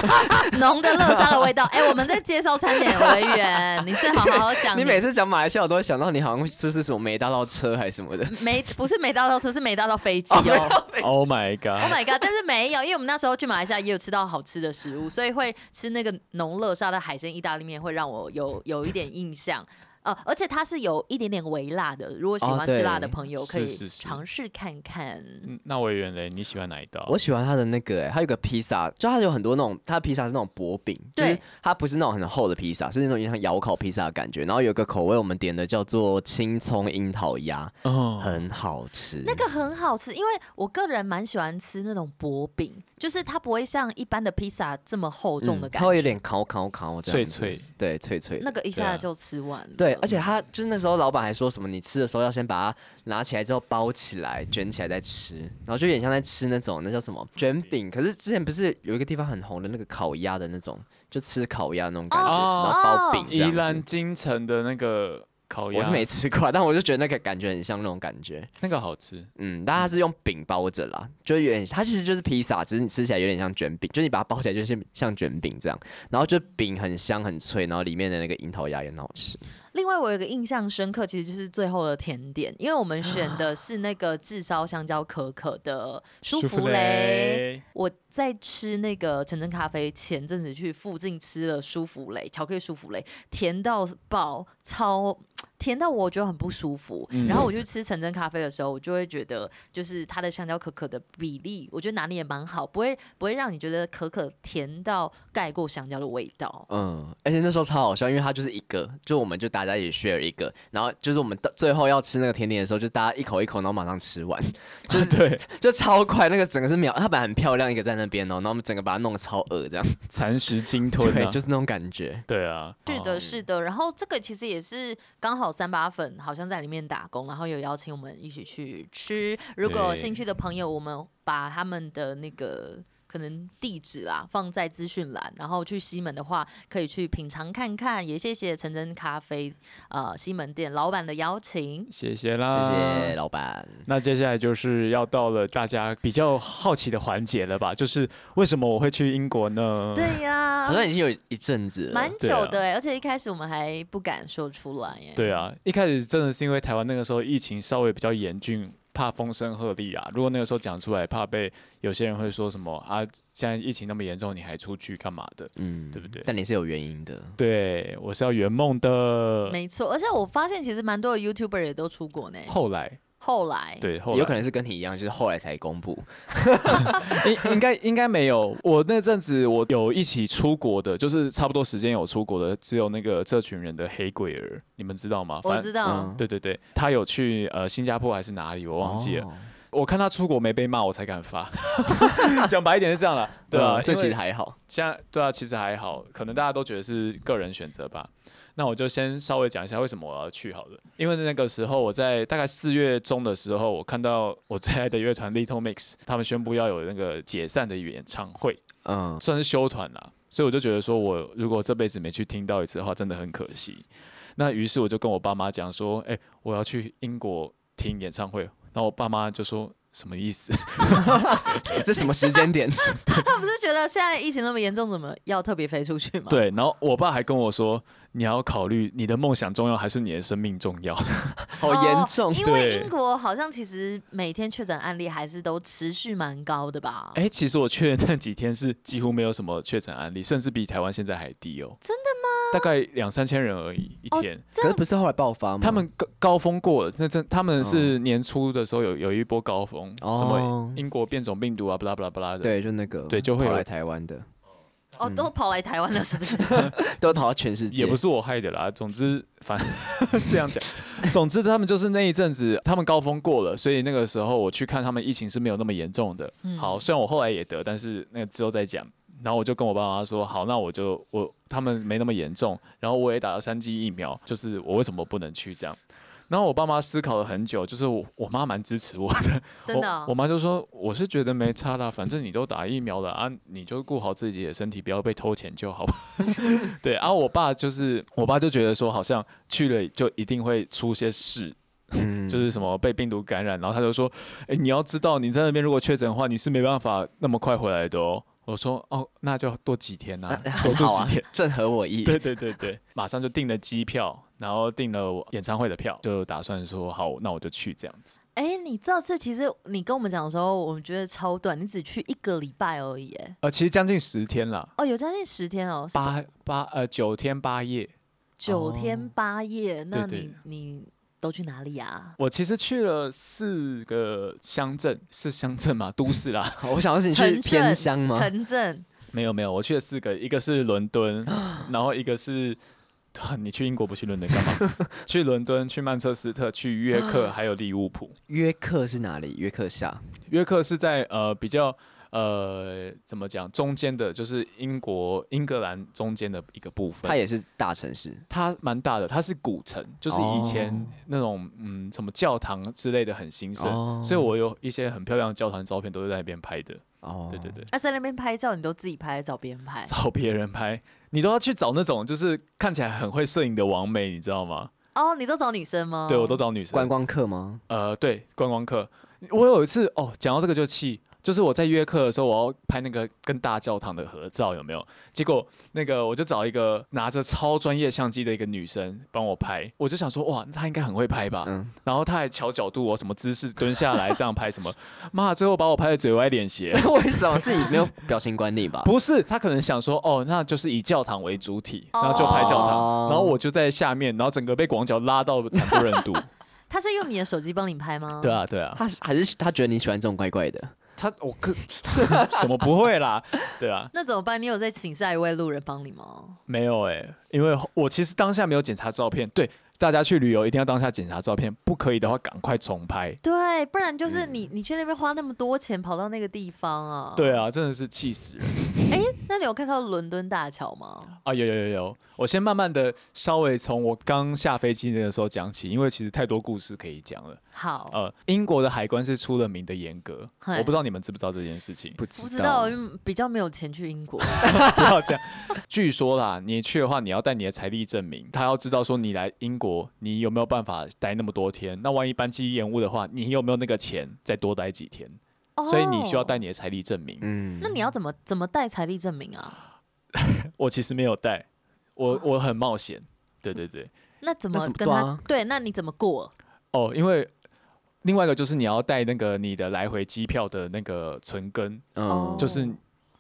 [SPEAKER 5] <laughs> 浓的乐沙的味道。哎、我们在介绍餐点委员，你最好好好讲。
[SPEAKER 4] 你每次讲马来西亚，我都会想到你好像就是什么没搭到车还是什么的。
[SPEAKER 5] 没不是没搭到车，是没搭到飞机哦。
[SPEAKER 2] Oh my
[SPEAKER 5] Oh
[SPEAKER 2] god！
[SPEAKER 5] my god！但是没有，因为我们那时候去马来西亚也有吃到好吃的食物，所以会吃那个浓乐沙的海鲜意大利面，会让我有有一点印象。呃，而且它是有一点点微辣的，如果喜
[SPEAKER 4] 哦
[SPEAKER 5] 欢吃辣的
[SPEAKER 4] 对
[SPEAKER 5] 朋友
[SPEAKER 2] 是
[SPEAKER 5] 可以
[SPEAKER 2] 是是
[SPEAKER 5] 尝试看看。
[SPEAKER 2] 嗯那委员嘞，你喜欢哪一道？
[SPEAKER 4] 我喜欢它的那个、欸，它有个披萨，就它有很多那种，它的披萨是那种薄饼，就是
[SPEAKER 5] 对
[SPEAKER 4] 它不是那种很厚的披萨，是那种有点像窑烤披萨的感觉。然后有一个口味我们点的叫做青葱樱桃鸭，
[SPEAKER 2] 哦，
[SPEAKER 4] 很好吃。
[SPEAKER 5] 那个很好吃，因为我个人蛮喜欢吃那种薄饼，就是它不会像一般的披萨这么厚重的
[SPEAKER 4] 嗯
[SPEAKER 5] 感
[SPEAKER 4] 它会
[SPEAKER 5] 觉，
[SPEAKER 4] 有点烤烤烤这样
[SPEAKER 2] 脆
[SPEAKER 4] 子
[SPEAKER 2] 脆，
[SPEAKER 4] 对，脆脆的。
[SPEAKER 5] 那个一
[SPEAKER 2] 对
[SPEAKER 5] 下
[SPEAKER 2] 啊
[SPEAKER 5] 子就吃完了。
[SPEAKER 4] 对，而且它就是那时候老板还说什么，你吃的时候要先把它拿起来之后包起来，卷起来再吃，然后就有点像在吃那种那叫什么卷饼。可是之前不是有一个地方很红的那个烤鸭的那种，就吃烤鸭那种感觉，
[SPEAKER 2] 哦
[SPEAKER 4] 然后包饼这
[SPEAKER 2] 宜
[SPEAKER 4] 样子。
[SPEAKER 2] 兰金城的那个烤鸭，
[SPEAKER 4] 我是没吃过啊，但我就觉得那个感觉很像那种感觉。
[SPEAKER 2] 那个好吃。
[SPEAKER 4] 嗯，但它是用饼包着啦，就有点，它其实就是披萨，只是你吃起来有点像卷饼，就是你把它包起来就是像卷饼这样，然后就饼很香很脆，然后里面的那个樱桃鸭也很好吃。
[SPEAKER 5] 另外我有一个印象深刻，其实就是最后的甜点，因为我们选
[SPEAKER 4] <gasps>
[SPEAKER 5] 的是那个炙烧香蕉可可的舒芙蕾。，我在吃那个橙真咖啡，前阵子去附近吃了舒芙蕾，巧克力舒芙蕾，甜到爆，超甜到我觉得很不舒服。
[SPEAKER 2] 嗯
[SPEAKER 5] 然后我去吃橙真咖啡的时候，我就会觉得，就是它的香蕉可可的比例，我觉得拿捏也蛮好，不会不会让你觉得可可甜到盖过香蕉的味道。
[SPEAKER 4] 嗯，而且那时候超好笑，因为它就是一个，就我们就大家一起 share 一个，然后就是我们到最后要吃那个甜点的时候，就大家一口一口，然后马上吃完，就是
[SPEAKER 2] <laughs>
[SPEAKER 4] 对，就超快，那个整个是秒，它本来很漂亮一个在那边哦，然后我们整个把它弄得超恶这样，
[SPEAKER 2] 蚕食鲸吞
[SPEAKER 4] 对，
[SPEAKER 2] 啊，
[SPEAKER 4] 就是那种感觉。
[SPEAKER 2] 对啊，
[SPEAKER 5] 是的，
[SPEAKER 2] 哦
[SPEAKER 5] 是的。然后这个其实也是刚好三八粉好像在里面打工，然后有邀请我们一起去吃。如果有兴趣的朋友，我们把他们的那个。可能地址啦放在资讯栏，然后去西门的话可以去品尝看看，也谢谢陈真咖啡呃西门店老板的邀请。
[SPEAKER 2] 谢谢
[SPEAKER 4] 谢
[SPEAKER 2] 啦，
[SPEAKER 4] 谢老板，
[SPEAKER 2] 那接下来就是要到了大家比较好奇的环节了吧？就是为什么我会去英国呢？
[SPEAKER 5] 对呀、
[SPEAKER 4] 好像已经有一阵子了
[SPEAKER 5] 蛮，
[SPEAKER 2] 对啊
[SPEAKER 5] 久的、欸，而且一开始我们还不敢说出来欸耶、
[SPEAKER 2] 对啊，一开始真的是因为台湾那个时候疫情稍微比较严峻，怕风声鹤唳啊。如果那个时候讲出来，怕被有些人会说什么啊，现在疫情那么严重，你还出去干嘛的？
[SPEAKER 4] 嗯，
[SPEAKER 2] 对不对
[SPEAKER 4] 但你是有原因的，
[SPEAKER 2] 对，我是要圆梦的。
[SPEAKER 5] 没错。而且我发现其实蛮多的 YouTuber 也都出国呢、
[SPEAKER 2] 后来，
[SPEAKER 5] 后来
[SPEAKER 2] 对，后来
[SPEAKER 4] 有可能是跟你一样，就是后来才公布。
[SPEAKER 2] 应应该应该没有。我那阵子我有一起出国的，就是差不多时间有出国的，只有那个这群人的黑鬼儿，你们知道吗？
[SPEAKER 5] 我
[SPEAKER 2] 反
[SPEAKER 5] 知道。
[SPEAKER 4] 嗯
[SPEAKER 2] 对对对，他有去呃新加坡还是哪里，我忘记了。
[SPEAKER 4] 哦，
[SPEAKER 2] 我看他出国没被骂，我才敢发。 <laughs> 讲白一点是这样啦，对啊，
[SPEAKER 4] 嗯这
[SPEAKER 2] 因为
[SPEAKER 4] 其实还好。
[SPEAKER 2] 现在对啊，其实还好，可能大家都觉得是个人选择吧。那我就先稍微讲一下为什么我要去好了，因为那个时候我在大概四月中的时候，我看到我最爱的乐团 Little Mix 他们宣布要有那个解散的演唱会，
[SPEAKER 4] 嗯，
[SPEAKER 2] 算是休团啦，所以我就觉得说我如果这辈子没去听到一次的话，真的很可惜。那于是我就跟我爸妈讲说，哎、我要去英国听演唱会，然后我爸妈就说什么意思？
[SPEAKER 4] 这什么时间点？ <laughs>
[SPEAKER 5] 他不是觉得现在疫情那么严重，怎么要特别飞出去吗？，
[SPEAKER 2] 对，然后我爸还跟我说，你要考虑你的梦想重要还是你的生命重要？ <laughs>
[SPEAKER 4] 好严重。
[SPEAKER 5] 哦因为
[SPEAKER 2] 对
[SPEAKER 5] 英国好像其实每天确诊案例还是都持续蛮高的吧？
[SPEAKER 2] 哎、其实我去的那几天是几乎没有什么确诊案例，甚至比台湾现在还低哦。真的吗？大概两三千人而已一
[SPEAKER 5] 哦
[SPEAKER 2] 天。
[SPEAKER 4] 可是不是后来爆发吗？
[SPEAKER 2] 他们高高峰过了，那真他们是年初的时候有有一波高峰，什么
[SPEAKER 4] 哦
[SPEAKER 2] 英国变种病毒啊，巴拉巴拉巴拉的。
[SPEAKER 4] 对，就那个
[SPEAKER 2] 对就会有
[SPEAKER 4] 跑来台湾的，
[SPEAKER 5] 哦，
[SPEAKER 2] 嗯
[SPEAKER 5] 都跑来台湾了，是不
[SPEAKER 2] <laughs>
[SPEAKER 5] 是？
[SPEAKER 4] <laughs> 都逃到全世界。
[SPEAKER 2] 也不是我害的啦。总之，反 <laughs> 这样讲，总之他们就是那一阵子，他们高峰过了，所以那个时候我去看他们疫情是没有那么严重的。
[SPEAKER 5] 嗯
[SPEAKER 2] 好，虽然我后来也得，但是那个之后再讲。然后我就跟我爸妈说，好，那我就我他们没那么严重，然后我也打了三剂疫苗，就是我为什么不能去这样？然后我爸妈思考了很久，就是我我妈蛮支持我的，
[SPEAKER 5] 真的
[SPEAKER 2] 我我
[SPEAKER 5] 哦、
[SPEAKER 2] 妈就说我是觉得没差啦，反正你都打疫苗了啊，你就顾好自己的身体，不要被偷钱就
[SPEAKER 5] <laughs>
[SPEAKER 2] 好。 <laughs> 对，然、后我爸就是我爸就觉得说，好像去了就一定会出些事，
[SPEAKER 4] 嗯，
[SPEAKER 2] 就是什么被病毒感染，然后他就说，哎、你要知道你在那边如果确诊的话，你是没办法那么快回来的哦。我说哦，那就多几天呐、
[SPEAKER 4] <laughs>
[SPEAKER 2] 多
[SPEAKER 4] 很
[SPEAKER 2] 住
[SPEAKER 4] 好
[SPEAKER 2] 几
[SPEAKER 4] 啊
[SPEAKER 2] 天。， <laughs>
[SPEAKER 4] 正合我意。 <laughs>
[SPEAKER 2] 对对对对，马上就订了机票，然后订了我演唱会的票，就打算说好，那我就去这样子。
[SPEAKER 5] 哎、你这次其实你跟我们讲的时候，我们觉得超短，你只去一个礼拜而已，哎，
[SPEAKER 2] 呃，其实将近十天啦，
[SPEAKER 5] 哦，有将近十天哦，是
[SPEAKER 2] 八八呃九天八夜，
[SPEAKER 5] 九
[SPEAKER 2] 哦
[SPEAKER 5] 天八夜，那
[SPEAKER 2] 对
[SPEAKER 5] 你你都去哪里啊？
[SPEAKER 2] 我其实去了四个乡镇，是乡镇吗？都市啦，
[SPEAKER 4] 我想要是你去
[SPEAKER 5] 城镇
[SPEAKER 4] 偏乡吗？
[SPEAKER 5] 城镇
[SPEAKER 2] <laughs> 没有没有，我去了四个，一个是伦 <laughs> 敦，然后一个是。啊你去英国不去伦敦干嘛？ <laughs> 去伦敦、去曼彻斯特、去约克，还有利物浦。
[SPEAKER 4] 约克是哪里？约克下
[SPEAKER 2] 约克是在呃比较呃怎么讲中间的，就是英国英格兰中间的一个部分。
[SPEAKER 4] 它也是大城市。
[SPEAKER 2] 它蛮大的，它是古城，就是以前
[SPEAKER 4] 哦
[SPEAKER 2] 那种、嗯什么教堂之类的很兴盛，
[SPEAKER 4] 哦
[SPEAKER 2] 所以我有一些很漂亮的教堂照片都是在那边拍的。
[SPEAKER 4] 哦，
[SPEAKER 2] 对对对，
[SPEAKER 5] 啊，在那边拍照，你都自己拍，找别人拍？
[SPEAKER 2] 找别人拍，你都要去找那种就是看起来很会摄影的王美，你知道吗？
[SPEAKER 5] 哦，你都找女生吗？
[SPEAKER 2] 对我
[SPEAKER 4] 哦
[SPEAKER 2] 都找女生
[SPEAKER 4] 观光客吗？
[SPEAKER 2] 呃，对，观光客。我有一次哦，讲到这个就气，就是我在约克的时候，我要拍那个跟大教堂的合照，有没有？结果那个我就找一个拿着超专业相机的一个女生帮我拍，我就想说哇，她应该很会拍吧。
[SPEAKER 4] 嗯，
[SPEAKER 2] 然后她还调角度哦，什么姿势蹲下来这样拍什么，妈，最后把我拍的嘴歪脸斜。
[SPEAKER 4] <laughs> 为什么是你没有表情管理吧？
[SPEAKER 2] 不是，她可能想说，哦，那就是以教堂为主体，然后就拍教堂
[SPEAKER 4] 哦
[SPEAKER 2] 然后我就在下面，然后整个被广角拉到惨不忍 <laughs> 睹。
[SPEAKER 5] 他是用你的手机帮你拍吗？
[SPEAKER 2] 对啊，对啊，
[SPEAKER 4] 他是还是他觉得你喜欢这种怪怪的，
[SPEAKER 2] 他我可 <laughs> 什么不会啦，对啊，
[SPEAKER 5] 那怎么办？你有在请下一位路人帮你吗？
[SPEAKER 2] 没有哎、因为我其实当下没有检查照片，对大家去旅游一定要当下检查照片，不可以的话赶快重拍。
[SPEAKER 5] 对，不然就是你、你去那边花那么多钱跑到那个地方啊。，
[SPEAKER 2] 对啊，真的是气死人
[SPEAKER 5] 那你有看到伦敦大桥吗？
[SPEAKER 2] 啊！有有有有，我先慢慢的稍微从我刚下飞机那个时候讲起，因为其实太多故事可以讲了。
[SPEAKER 5] 好，
[SPEAKER 2] 呃，英国的海关是出了名的严格，
[SPEAKER 5] 嗨
[SPEAKER 2] 我不知道你们知不知道这件事情。 <laughs>
[SPEAKER 5] 不
[SPEAKER 4] 不知
[SPEAKER 5] 知道，因为比较没有钱去英国。
[SPEAKER 2] 不要这样。 <laughs> 据说啦，你去的话，你要带你的财力证明，他要知道说你来英国，你有没有办法待那么多天？那万一班机延误的话，你有没有那个钱再多待几天？所以你需要带
[SPEAKER 5] 哦。
[SPEAKER 2] 你的财力证明。
[SPEAKER 4] 嗯
[SPEAKER 5] 那你要怎么怎么带财力证明啊？
[SPEAKER 2] 我其实没有带，我我很冒险。对对对，
[SPEAKER 5] 那怎
[SPEAKER 4] 那
[SPEAKER 5] 么
[SPEAKER 4] 怎么
[SPEAKER 5] 跟
[SPEAKER 4] 对
[SPEAKER 5] 他
[SPEAKER 4] 啊
[SPEAKER 5] 对？那你怎么过？
[SPEAKER 2] 哦，因为。另外一个就是你要带那个你的来回机票的那个存根，
[SPEAKER 4] 嗯
[SPEAKER 5] 哦
[SPEAKER 2] 就是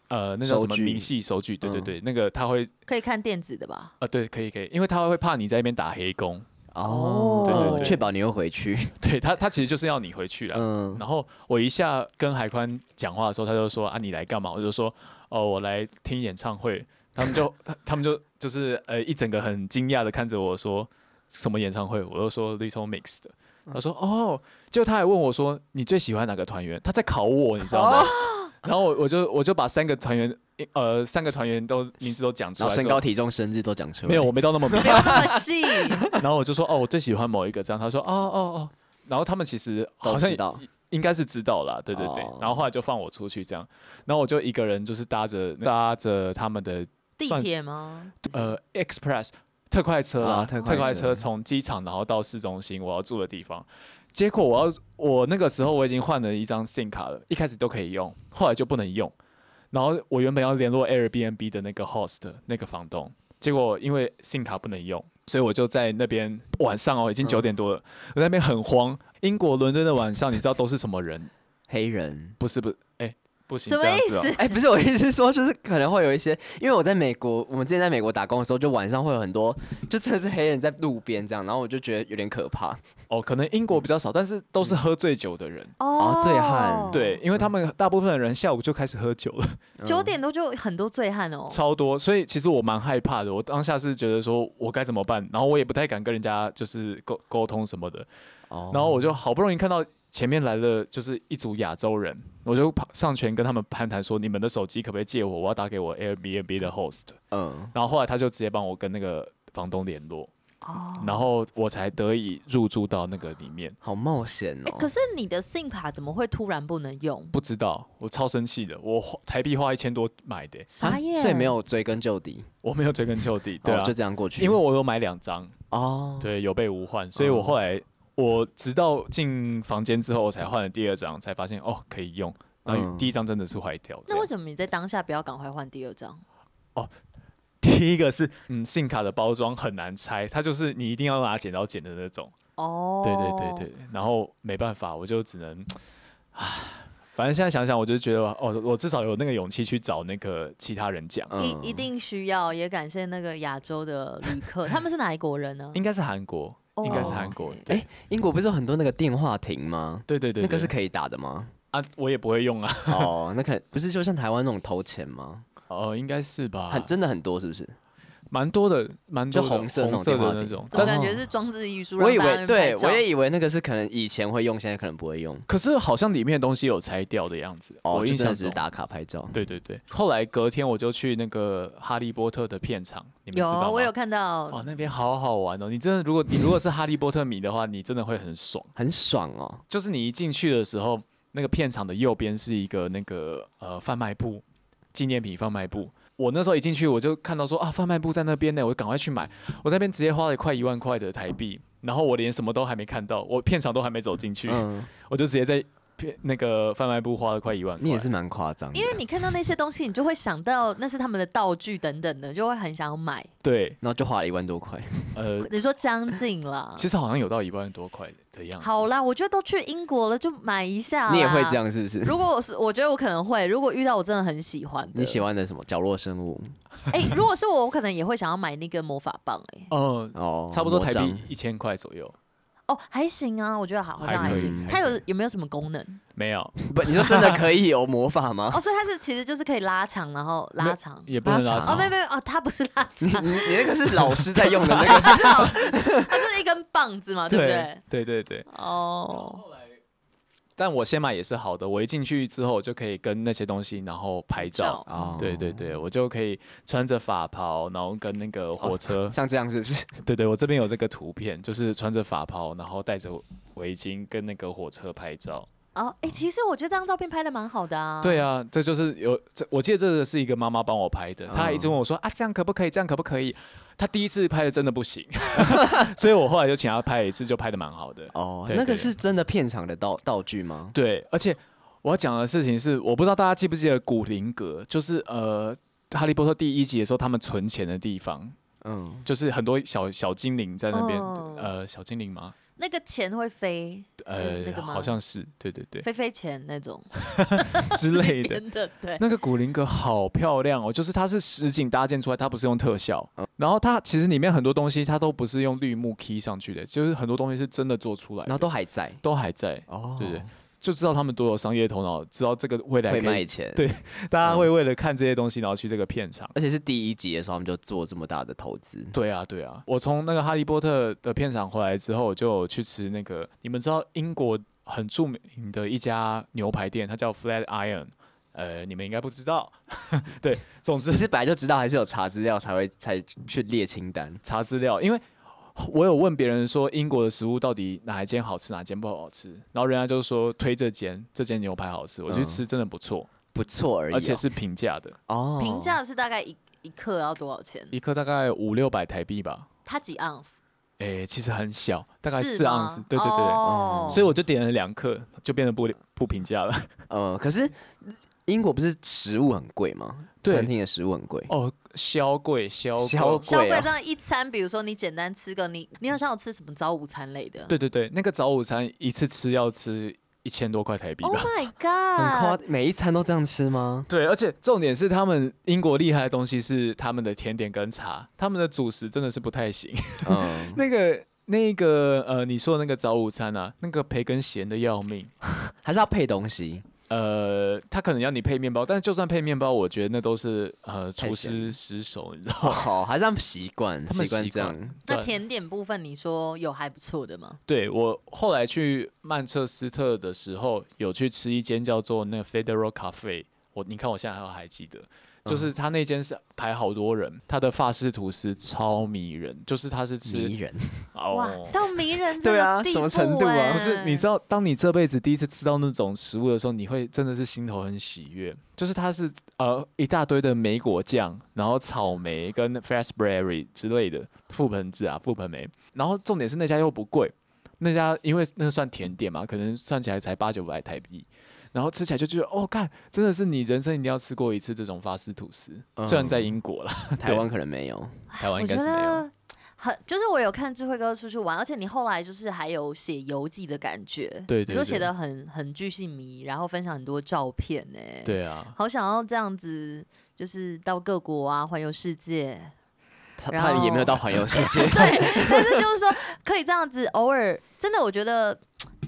[SPEAKER 2] 呃那叫什么
[SPEAKER 4] 收据
[SPEAKER 2] 明细收据，对对
[SPEAKER 4] 嗯
[SPEAKER 2] 对，那个他会
[SPEAKER 5] 可以看电子的
[SPEAKER 2] <laughs>
[SPEAKER 5] 吧？
[SPEAKER 2] 呃对可以可以，因为他会怕你在那边打黑工，
[SPEAKER 4] 哦，
[SPEAKER 2] 对对对
[SPEAKER 4] 确保你又回去，
[SPEAKER 2] 对他他其实就是要你回去了，
[SPEAKER 4] 嗯，
[SPEAKER 2] 然后我一下跟海宽讲话的时候，他就说啊，你来干嘛？我就说哦，我来听演唱会。他们就他他们就就是呃一整个很惊讶的看着我说什么演唱会？我就说 Little Mix 的。他说哦，结果他还问我说你最喜欢哪个团员？他在考我，你知道吗？
[SPEAKER 4] 哦
[SPEAKER 2] 然后我我就我就把三个团员呃三个团员都名字都讲出
[SPEAKER 4] 然
[SPEAKER 2] 来
[SPEAKER 4] 后
[SPEAKER 2] 说，
[SPEAKER 4] 身高体重生日都讲出来，
[SPEAKER 2] 没有，我没到那么明
[SPEAKER 5] 没有那么细，
[SPEAKER 2] 然后我就说哦，我最喜欢某一个这样。他说哦哦哦，然后他们其实好
[SPEAKER 4] 都
[SPEAKER 2] 像
[SPEAKER 4] 知道
[SPEAKER 2] 应该是知道啦，对对对。
[SPEAKER 4] 哦
[SPEAKER 2] 然后后来就放我出去这样，然后我就一个人就是搭着搭着他们的
[SPEAKER 5] 地
[SPEAKER 2] 算
[SPEAKER 5] 铁吗？
[SPEAKER 2] 呃 express 特快车啦，
[SPEAKER 4] 啊
[SPEAKER 2] 特
[SPEAKER 4] 特快车
[SPEAKER 2] 车从机场然后到市中心我要住的地方。结果我要我那个时候我已经换了一张 SIM 卡了，一开始都可以用，后来就不能用。然后我原本要联络 Airbnb 的那个 host 那个房东，结果因为 SIM 卡不能用，所以我就在那边晚上哦，已经
[SPEAKER 4] 嗯
[SPEAKER 2] 九点多了，我在那边很慌。英国伦敦的晚上，你知道都是什么人？
[SPEAKER 4] 黑人。
[SPEAKER 2] 不是不是，哎、不行，
[SPEAKER 5] 什么
[SPEAKER 2] 这样
[SPEAKER 5] 意
[SPEAKER 2] 子哦
[SPEAKER 5] 思？
[SPEAKER 4] 哎、不是，我意思是说，就是可能会有一些，因为我在美国，我们之前在美国打工的时候，就晚上会有很多，就真的是黑人在路边这样，然后我就觉得有点可怕。
[SPEAKER 2] 哦，可能英国比较少，但是都
[SPEAKER 4] 嗯
[SPEAKER 2] 是喝醉酒的人。
[SPEAKER 5] 哦
[SPEAKER 4] 醉汉
[SPEAKER 2] 对，，因为他们大部分的人下午就开始喝酒了。
[SPEAKER 5] 九点多就很多醉汉哦。
[SPEAKER 2] 超多，所以其实我蛮害怕的。我当下是觉得说我该怎么办，然后我也不太敢跟人家就是沟沟通什么的。
[SPEAKER 4] 哦
[SPEAKER 2] 然后我就好不容易看到前面来了就是一组亚洲人，我就跑上前跟他们攀谈说：“你们的手机可不可以借我？我要打给我 Airbnb 的 host。
[SPEAKER 4] 嗯”，
[SPEAKER 2] 然后后来他就直接帮我跟那个房东联络，
[SPEAKER 5] 哦
[SPEAKER 2] 然后我才得以入住到那个里面。
[SPEAKER 4] 好冒险
[SPEAKER 5] 哎
[SPEAKER 4] 哦。
[SPEAKER 5] 可是你的 SIM 卡怎么会突然不能用？
[SPEAKER 2] 不知道，我超生气的。我花台币花一千多买的、
[SPEAKER 5] 傻眼，
[SPEAKER 4] 所以没。有追根究底，
[SPEAKER 2] 我没有追根究底，对
[SPEAKER 4] 哦
[SPEAKER 2] 啊，
[SPEAKER 4] 就这样过去。
[SPEAKER 2] 因为我有买两张，
[SPEAKER 4] 哦，
[SPEAKER 2] 对，有备无患，所以我后来我直到进房间之后，我才换了第二张，才发现哦可以用。然后
[SPEAKER 4] 嗯
[SPEAKER 2] 第一张真的是坏掉。这
[SPEAKER 5] 那
[SPEAKER 2] 样
[SPEAKER 5] 为什么你在当下不要赶快换第二张？
[SPEAKER 2] 第一个是嗯，SIM 卡的包装很难拆，它就是你一定要拿剪刀剪的那种。
[SPEAKER 5] 哦，
[SPEAKER 2] 对对对对，然后没办法，我就只能，唉，反正现在想想，我就觉得哦，我至少有那个勇气去找那个其他人讲，
[SPEAKER 4] 嗯
[SPEAKER 5] 一一定需要，也感谢那个亚洲的旅 <laughs> 客，他们是哪一国
[SPEAKER 4] <laughs>
[SPEAKER 5] 人呢？
[SPEAKER 2] 应该是韩国，应该是韩国。
[SPEAKER 5] 哦
[SPEAKER 2] 对
[SPEAKER 4] 哎英国不是有很多那个电话亭吗？
[SPEAKER 2] 对对对，
[SPEAKER 4] 那个是
[SPEAKER 2] 对
[SPEAKER 4] 可以打
[SPEAKER 2] <laughs>
[SPEAKER 4] 的吗？
[SPEAKER 2] 啊，我也不会用啊。
[SPEAKER 4] 哦，那可不是就像台湾那种投钱吗？
[SPEAKER 2] 哦，应该是吧，
[SPEAKER 4] 很真的很多是不是？
[SPEAKER 2] 蛮多的，蛮多
[SPEAKER 4] 就
[SPEAKER 2] 的
[SPEAKER 4] 红色那
[SPEAKER 2] 红
[SPEAKER 4] 种
[SPEAKER 2] 色
[SPEAKER 4] 电话
[SPEAKER 2] 的那
[SPEAKER 4] 亭
[SPEAKER 2] 种。
[SPEAKER 5] 怎么
[SPEAKER 2] 但
[SPEAKER 5] 感觉是装置艺术？
[SPEAKER 4] 我以
[SPEAKER 5] 让大家
[SPEAKER 4] 为对，
[SPEAKER 5] 拍照
[SPEAKER 4] 我也以为那个是可能以前会用，现在可能不会用。
[SPEAKER 2] 可是好像里面的东西有拆掉的样子，
[SPEAKER 4] 哦，
[SPEAKER 2] 我印
[SPEAKER 4] 就真
[SPEAKER 2] 象
[SPEAKER 4] 的只
[SPEAKER 2] 中
[SPEAKER 4] 是。打卡拍照。
[SPEAKER 2] 对对对，后来隔天我就去那个《哈利波特》的片场，你们知
[SPEAKER 5] 有
[SPEAKER 2] 道吗？，
[SPEAKER 5] 我有看到
[SPEAKER 2] 哦，那边好好玩哦！你真的，如果你如果是哈利波特迷的话，你真的会很爽。
[SPEAKER 4] 很爽哦，
[SPEAKER 2] 就是你一进去的时候，那个片场的右边是一个那个呃贩卖部，纪念品贩卖部。我那时候一进去，我就看到说啊，贩卖部在那边呢，我就赶快去买。我在那边直接花了快一万块的台币，然后我连什么都还没看到，我片场都还没走进去，
[SPEAKER 4] 嗯，
[SPEAKER 2] 我就直接在片那个贩卖部花了快一万块。
[SPEAKER 4] 你也是蛮夸张的，
[SPEAKER 5] 因为你看到那些东西，你就会想到那是他们的道具等等的，就会很想要买。
[SPEAKER 2] 对，
[SPEAKER 4] 然后就花了一万多块，
[SPEAKER 2] 呃，
[SPEAKER 5] 你说将近了，
[SPEAKER 4] <laughs>
[SPEAKER 2] 其实好像有到一万多块的样子。
[SPEAKER 5] 好啦，我觉得都去英国了，就买一
[SPEAKER 4] <laughs>
[SPEAKER 5] 下。
[SPEAKER 4] 你也会这？样是
[SPEAKER 2] <laughs>
[SPEAKER 4] 不是？
[SPEAKER 5] 如果我是，我觉得我可能会。如果遇到我真的很喜欢的，
[SPEAKER 4] 你喜？欢的什么角落生物？
[SPEAKER 5] 哎、如果是我，我可能也会想要买那个魔法棒、哎，
[SPEAKER 2] 嗯，
[SPEAKER 4] 哦，
[SPEAKER 2] 差不多
[SPEAKER 4] 魔
[SPEAKER 2] 台
[SPEAKER 4] 杖
[SPEAKER 2] 币一千块左右。
[SPEAKER 5] 哦，还行啊，我觉得好，好像
[SPEAKER 2] 还
[SPEAKER 5] 还
[SPEAKER 2] 可以
[SPEAKER 5] 行。
[SPEAKER 2] 还
[SPEAKER 5] 它
[SPEAKER 2] 可
[SPEAKER 5] 有
[SPEAKER 2] 以啊
[SPEAKER 5] 有没有什么功能？
[SPEAKER 2] 没有，
[SPEAKER 5] 啊
[SPEAKER 4] 不，你说真的可以有魔法吗？
[SPEAKER 5] 哦，所以它是其实就是可以拉长，然后
[SPEAKER 2] 没
[SPEAKER 5] 拉
[SPEAKER 2] 有
[SPEAKER 5] 长。
[SPEAKER 2] 也不能拉
[SPEAKER 4] 拉长
[SPEAKER 5] 哦，
[SPEAKER 2] 长
[SPEAKER 5] 没有没有哦，它不是拉
[SPEAKER 2] <laughs>
[SPEAKER 4] 你
[SPEAKER 5] 长，
[SPEAKER 4] 你你那个是老师在用的那个
[SPEAKER 5] 它是老师，它就是一根棒子嘛，对不对？
[SPEAKER 2] 对对对。
[SPEAKER 5] 哦，
[SPEAKER 2] 但我先买也是好的，我一进去之后我就可以跟那些东西然后拍照。啊
[SPEAKER 4] 哦，
[SPEAKER 2] 对对对，我就可以穿着法袍，然后跟那个火车。 <laughs>
[SPEAKER 4] 像这样是不是？
[SPEAKER 2] 对对，我这边有这个图片，就是穿着法袍，然后戴着围巾跟那个火车拍照。
[SPEAKER 5] 哦，哎、其实我觉得这张照片拍的蛮好的啊。
[SPEAKER 2] 对啊，这就是有这，我记得这个是一个妈妈帮我拍的，她还一直问我说啊，这样可不可以？这样可不可以？她第一次拍的真的不行， <laughs> 所以我后来就请她拍一次，就拍的蛮好的。
[SPEAKER 4] 哦，
[SPEAKER 2] 对
[SPEAKER 4] 那个
[SPEAKER 2] 对
[SPEAKER 4] 是真的片场的道道具吗？
[SPEAKER 2] 对，而且我要讲的事情是，我不知道大家记不记得古灵阁，就是呃《哈利波特》第一集的时候，他们存钱的地方，
[SPEAKER 4] 嗯，
[SPEAKER 2] 就是很多小小精灵在那边，
[SPEAKER 5] 哦
[SPEAKER 2] 呃，小精灵吗？
[SPEAKER 5] 那个钱会飞，是那
[SPEAKER 2] 呃，
[SPEAKER 5] 个吗
[SPEAKER 2] 好像是，对对
[SPEAKER 5] <laughs>
[SPEAKER 2] 对
[SPEAKER 5] 飞飞钱那种
[SPEAKER 2] 之类的。
[SPEAKER 5] 真的对。
[SPEAKER 2] 那个古灵阁好漂亮哦，就是它是实景搭建出来，它不是用特效。
[SPEAKER 5] 嗯
[SPEAKER 2] 然后它其实里面很多东西，它都不是用绿幕 key 上去的，就是很多东西是真的做出来的，
[SPEAKER 4] 然后都还在
[SPEAKER 2] 都还在。
[SPEAKER 4] 哦
[SPEAKER 2] 对对，就知道他们多有商业头脑，知道这个未来
[SPEAKER 4] 会
[SPEAKER 2] 可以
[SPEAKER 4] 卖钱，
[SPEAKER 2] 对大家会为了看这些东西，然后去这个片场。
[SPEAKER 4] 而且是第一集的时候他们就做这么大的投资，
[SPEAKER 2] 对啊，对啊，我从那个《哈利波特》的片场回来之后，我就有去吃那个，你们知道英国很著名的一家牛排店，它叫 Flat Iron，呃，你们应该不知道。 <laughs> 对，总之
[SPEAKER 4] 只是本来就知道，还是有查资料才会才去列清单。
[SPEAKER 2] 查资料，因为我有问别人说英国的食物到底哪一间好吃，哪一间不好吃，然后人家就说推这间，这间牛排好吃，我去
[SPEAKER 4] 嗯
[SPEAKER 2] 吃真的不错，
[SPEAKER 4] 不错而已
[SPEAKER 2] 而
[SPEAKER 4] 哦、
[SPEAKER 2] 啊且是平价的，
[SPEAKER 4] 哦
[SPEAKER 5] 平价是大概一一克要多少钱？
[SPEAKER 2] 一克大概五六百台币吧。
[SPEAKER 5] 它几盎司？
[SPEAKER 2] 诶、其实很小，大概
[SPEAKER 5] 是
[SPEAKER 2] 四盎
[SPEAKER 5] 吗
[SPEAKER 2] 司，对对对，
[SPEAKER 5] 哦
[SPEAKER 2] 所以我就点了两克，就变得不不平价了。
[SPEAKER 4] 呃，可是英国不是食物很贵吗？
[SPEAKER 2] 对
[SPEAKER 4] 餐厅的食物很贵。
[SPEAKER 2] 哦，萧贵，萧贵
[SPEAKER 4] 萧
[SPEAKER 5] 消
[SPEAKER 4] 贵
[SPEAKER 5] 费
[SPEAKER 4] 啊
[SPEAKER 5] 这样一餐，比如说你简单吃个你，你好像有吃什么早午餐类的？
[SPEAKER 2] 对对对，那个早午餐一次吃要吃一千多块台币吧。
[SPEAKER 5] ，Oh
[SPEAKER 2] <laughs>
[SPEAKER 5] my
[SPEAKER 4] 很夸
[SPEAKER 5] god！，
[SPEAKER 4] 每一餐都这样吃吗？
[SPEAKER 2] 对，而且重点是他们英国厉害的东西是他们的甜点跟茶，他们的主食真的是不太行。
[SPEAKER 4] 嗯，
[SPEAKER 2] 那个那个呃，你说的那个早午餐啊，那个培根咸的要命。
[SPEAKER 4] <laughs> 还是要配东西。
[SPEAKER 2] 呃，他可能要你配面包，但是就算配面包，我觉得那都是呃
[SPEAKER 4] 太
[SPEAKER 2] 厨
[SPEAKER 4] 咸
[SPEAKER 2] 师失手，你知道吗？
[SPEAKER 4] 哦，还是要习惯，
[SPEAKER 2] 他们
[SPEAKER 4] 惯
[SPEAKER 2] 习
[SPEAKER 4] 这
[SPEAKER 2] 惯
[SPEAKER 4] 样。
[SPEAKER 5] 那
[SPEAKER 2] 对
[SPEAKER 5] 甜点部分，你说有还不错的吗？
[SPEAKER 2] 对我后来去曼彻斯特的时候，有去吃一间叫做那个 Federal Cafe，我你看我现在还还记得，
[SPEAKER 4] 嗯
[SPEAKER 2] 就是他那间是排好多人，他的法式吐司超迷人，就是他是吃
[SPEAKER 4] 迷人， <laughs>
[SPEAKER 5] 哇
[SPEAKER 2] 哦，，
[SPEAKER 5] 到迷
[SPEAKER 2] <laughs>
[SPEAKER 5] 人这
[SPEAKER 4] 对
[SPEAKER 5] 个
[SPEAKER 4] 啊
[SPEAKER 5] 地
[SPEAKER 4] 什么
[SPEAKER 5] 步
[SPEAKER 4] 程度啊
[SPEAKER 5] 哎
[SPEAKER 2] 不是你知道，当你这辈子第一次吃到那种食物的时候，你会真的是心头很喜悦，就是它是呃一大堆的莓果酱，然后草莓跟 fresh berry 之类的覆盆子啊覆盆莓，然后重点是那家又不贵，那家因为那算甜点嘛，可能算起来才八九百台币。然后吃起来就觉得，哦，看，真的是你人生一定要吃过一次这种法式吐司。虽然在英国啦，
[SPEAKER 4] 台湾可能没有。
[SPEAKER 2] 台湾
[SPEAKER 5] 嗯我
[SPEAKER 2] 应
[SPEAKER 5] 觉
[SPEAKER 2] 该是没有。
[SPEAKER 5] 得很，就是我有看智慧哥出去玩，而且你后来就是还有写游记的感觉，
[SPEAKER 2] 对
[SPEAKER 5] 你
[SPEAKER 2] 对
[SPEAKER 5] 都写
[SPEAKER 2] 对
[SPEAKER 5] 的很很具细迷，然后分享很多照片呢、，
[SPEAKER 2] 对啊，
[SPEAKER 5] 好想要这样子，就是到各国啊，环游世界。
[SPEAKER 4] 他
[SPEAKER 5] 然
[SPEAKER 4] 他也没有
[SPEAKER 5] 后，
[SPEAKER 4] 到环游世界
[SPEAKER 5] <laughs> 对，但是就是说可以这样子，偶尔真的，我觉得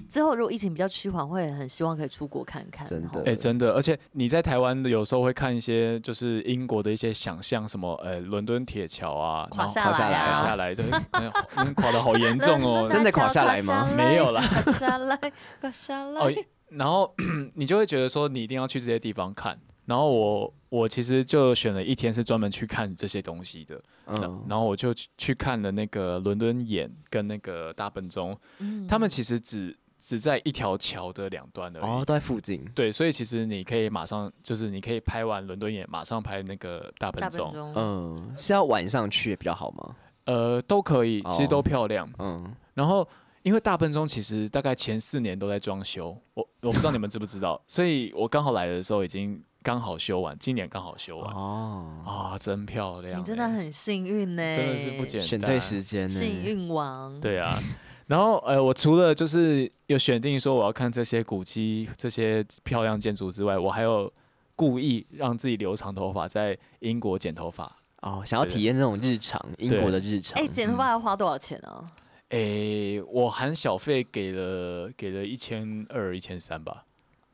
[SPEAKER 5] 之后如果疫情比较趋缓，会很希望可以出国看看。
[SPEAKER 4] 真的
[SPEAKER 5] 吼
[SPEAKER 2] 哎、真的，而且你在台湾的有时候会看一些就是英国的一些想象，什么呃伦敦铁桥啊，
[SPEAKER 5] 垮
[SPEAKER 2] 然后
[SPEAKER 5] 下
[SPEAKER 2] 垮下
[SPEAKER 5] 来啊
[SPEAKER 2] 垮下来，对，哎你们垮的好严重
[SPEAKER 5] 嗯
[SPEAKER 2] 哦，
[SPEAKER 4] 真的垮下来吗
[SPEAKER 2] 没有啦，
[SPEAKER 5] <laughs> 垮下来，垮下来。
[SPEAKER 2] 哦，然后 <clears throat> 你就会觉得说你一定要去这些地方看。然后我我其实就选了一天是专门去看这些东西的，然
[SPEAKER 4] 嗯，
[SPEAKER 2] 然后我就去去看了那个伦敦眼跟那个大笨钟，
[SPEAKER 5] 嗯
[SPEAKER 2] 他们其实只只在一条桥的两端而已。
[SPEAKER 4] 哦，都在附近，
[SPEAKER 2] 对，所以其实你可以马上就是你可以拍完伦敦眼，马上拍那个大
[SPEAKER 5] 大笨
[SPEAKER 2] 笨钟，
[SPEAKER 5] 钟，
[SPEAKER 4] 嗯，是要晚上去比较好吗？
[SPEAKER 2] 呃，都可以，其实
[SPEAKER 4] 哦
[SPEAKER 2] 都漂亮。
[SPEAKER 4] 嗯，
[SPEAKER 2] 然后因为大笨钟其实大概前四年都在装修，我我不知道你们知不知道，所以我刚好来的时候已经刚好修完，今年刚好修完啊、
[SPEAKER 4] 哦，
[SPEAKER 2] 真漂亮欸、
[SPEAKER 5] 你真的很幸运呢，
[SPEAKER 2] 真的是不简单，
[SPEAKER 4] 选对时间呢，
[SPEAKER 5] 幸运
[SPEAKER 4] 嗯
[SPEAKER 5] 王。
[SPEAKER 2] 对啊。然后呃，我除了就是有选定说我要看这些古迹、这些漂亮建筑之外，我还有故意让自己留长头发，在英国剪头发。
[SPEAKER 4] 哦，想要
[SPEAKER 2] 对
[SPEAKER 4] 体验那种日常，英
[SPEAKER 2] 对
[SPEAKER 4] 国的日
[SPEAKER 2] 嗯
[SPEAKER 4] 常
[SPEAKER 5] 哎，，剪头发要花多少钱啊？
[SPEAKER 2] 诶，我含小费给了给了一千二、一千三吧。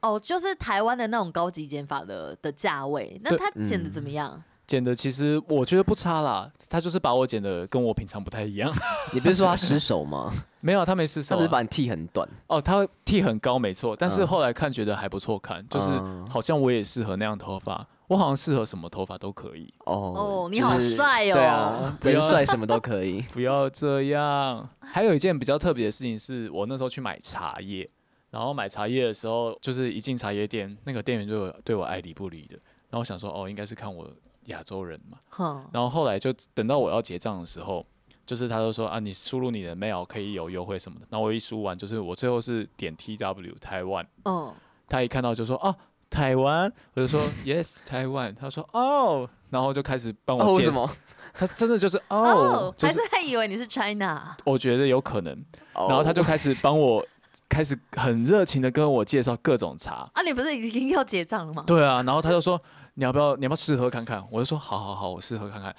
[SPEAKER 5] 哦，就是台湾的那种高级剪发的的价位，那
[SPEAKER 2] 对
[SPEAKER 5] 他剪的
[SPEAKER 4] 嗯
[SPEAKER 5] 怎么样？
[SPEAKER 2] 剪的其实我觉得不差啦，他就是把我剪的跟我平常不太一样。 <laughs>
[SPEAKER 4] 你不是说他 <laughs> 失手吗？
[SPEAKER 2] 没有，他没失
[SPEAKER 4] 他
[SPEAKER 2] 手
[SPEAKER 4] 不
[SPEAKER 2] 啊、
[SPEAKER 4] 是把你剃很短？
[SPEAKER 2] 哦，他剃很高没错，但是
[SPEAKER 4] 嗯
[SPEAKER 2] 后来看觉得还不错看，就是
[SPEAKER 4] 嗯
[SPEAKER 2] 好像我也适合那样头发，我好像适合什么头发都可以。
[SPEAKER 4] 哦
[SPEAKER 5] 哦你好
[SPEAKER 4] 就是
[SPEAKER 5] 帅哦
[SPEAKER 4] 对啊，
[SPEAKER 2] 不要。
[SPEAKER 4] 人帅什么都可以
[SPEAKER 2] <laughs> 不要这样。还有一件比较特别的事情是，我那时候去买茶叶，然后买茶叶的时候，就是一进茶叶店，那个店员对我对我爱理不理的。然后我想说，哦，应该是看我亚洲人嘛。
[SPEAKER 5] 哼，
[SPEAKER 2] 然后后来就等到我要结账的时候，就是他就说啊，你输入你的 mail 可以有优惠什么的。然后我一输完，就是我最后是点 T W 台湾，
[SPEAKER 5] 嗯，
[SPEAKER 2] 他一看到就说啊。台湾，我就说 yes 台湾，他说哦，然后就开始帮
[SPEAKER 4] 哦，
[SPEAKER 2] 我
[SPEAKER 4] 为
[SPEAKER 2] 介
[SPEAKER 4] 什，么？
[SPEAKER 2] 他真的就是哦
[SPEAKER 5] 哦，，
[SPEAKER 2] 就
[SPEAKER 5] 还
[SPEAKER 2] 是
[SPEAKER 5] 是他以为你是 China，
[SPEAKER 2] 我觉得有可能，
[SPEAKER 4] 然
[SPEAKER 2] 然后他就开始帮我， <laughs> 开始很热情的跟我介绍各种茶。
[SPEAKER 5] 啊，你不是已经要结账了吗？
[SPEAKER 2] 对啊，然后他就说你要不要你要不要试喝看看？我就说好好好，我试喝看看。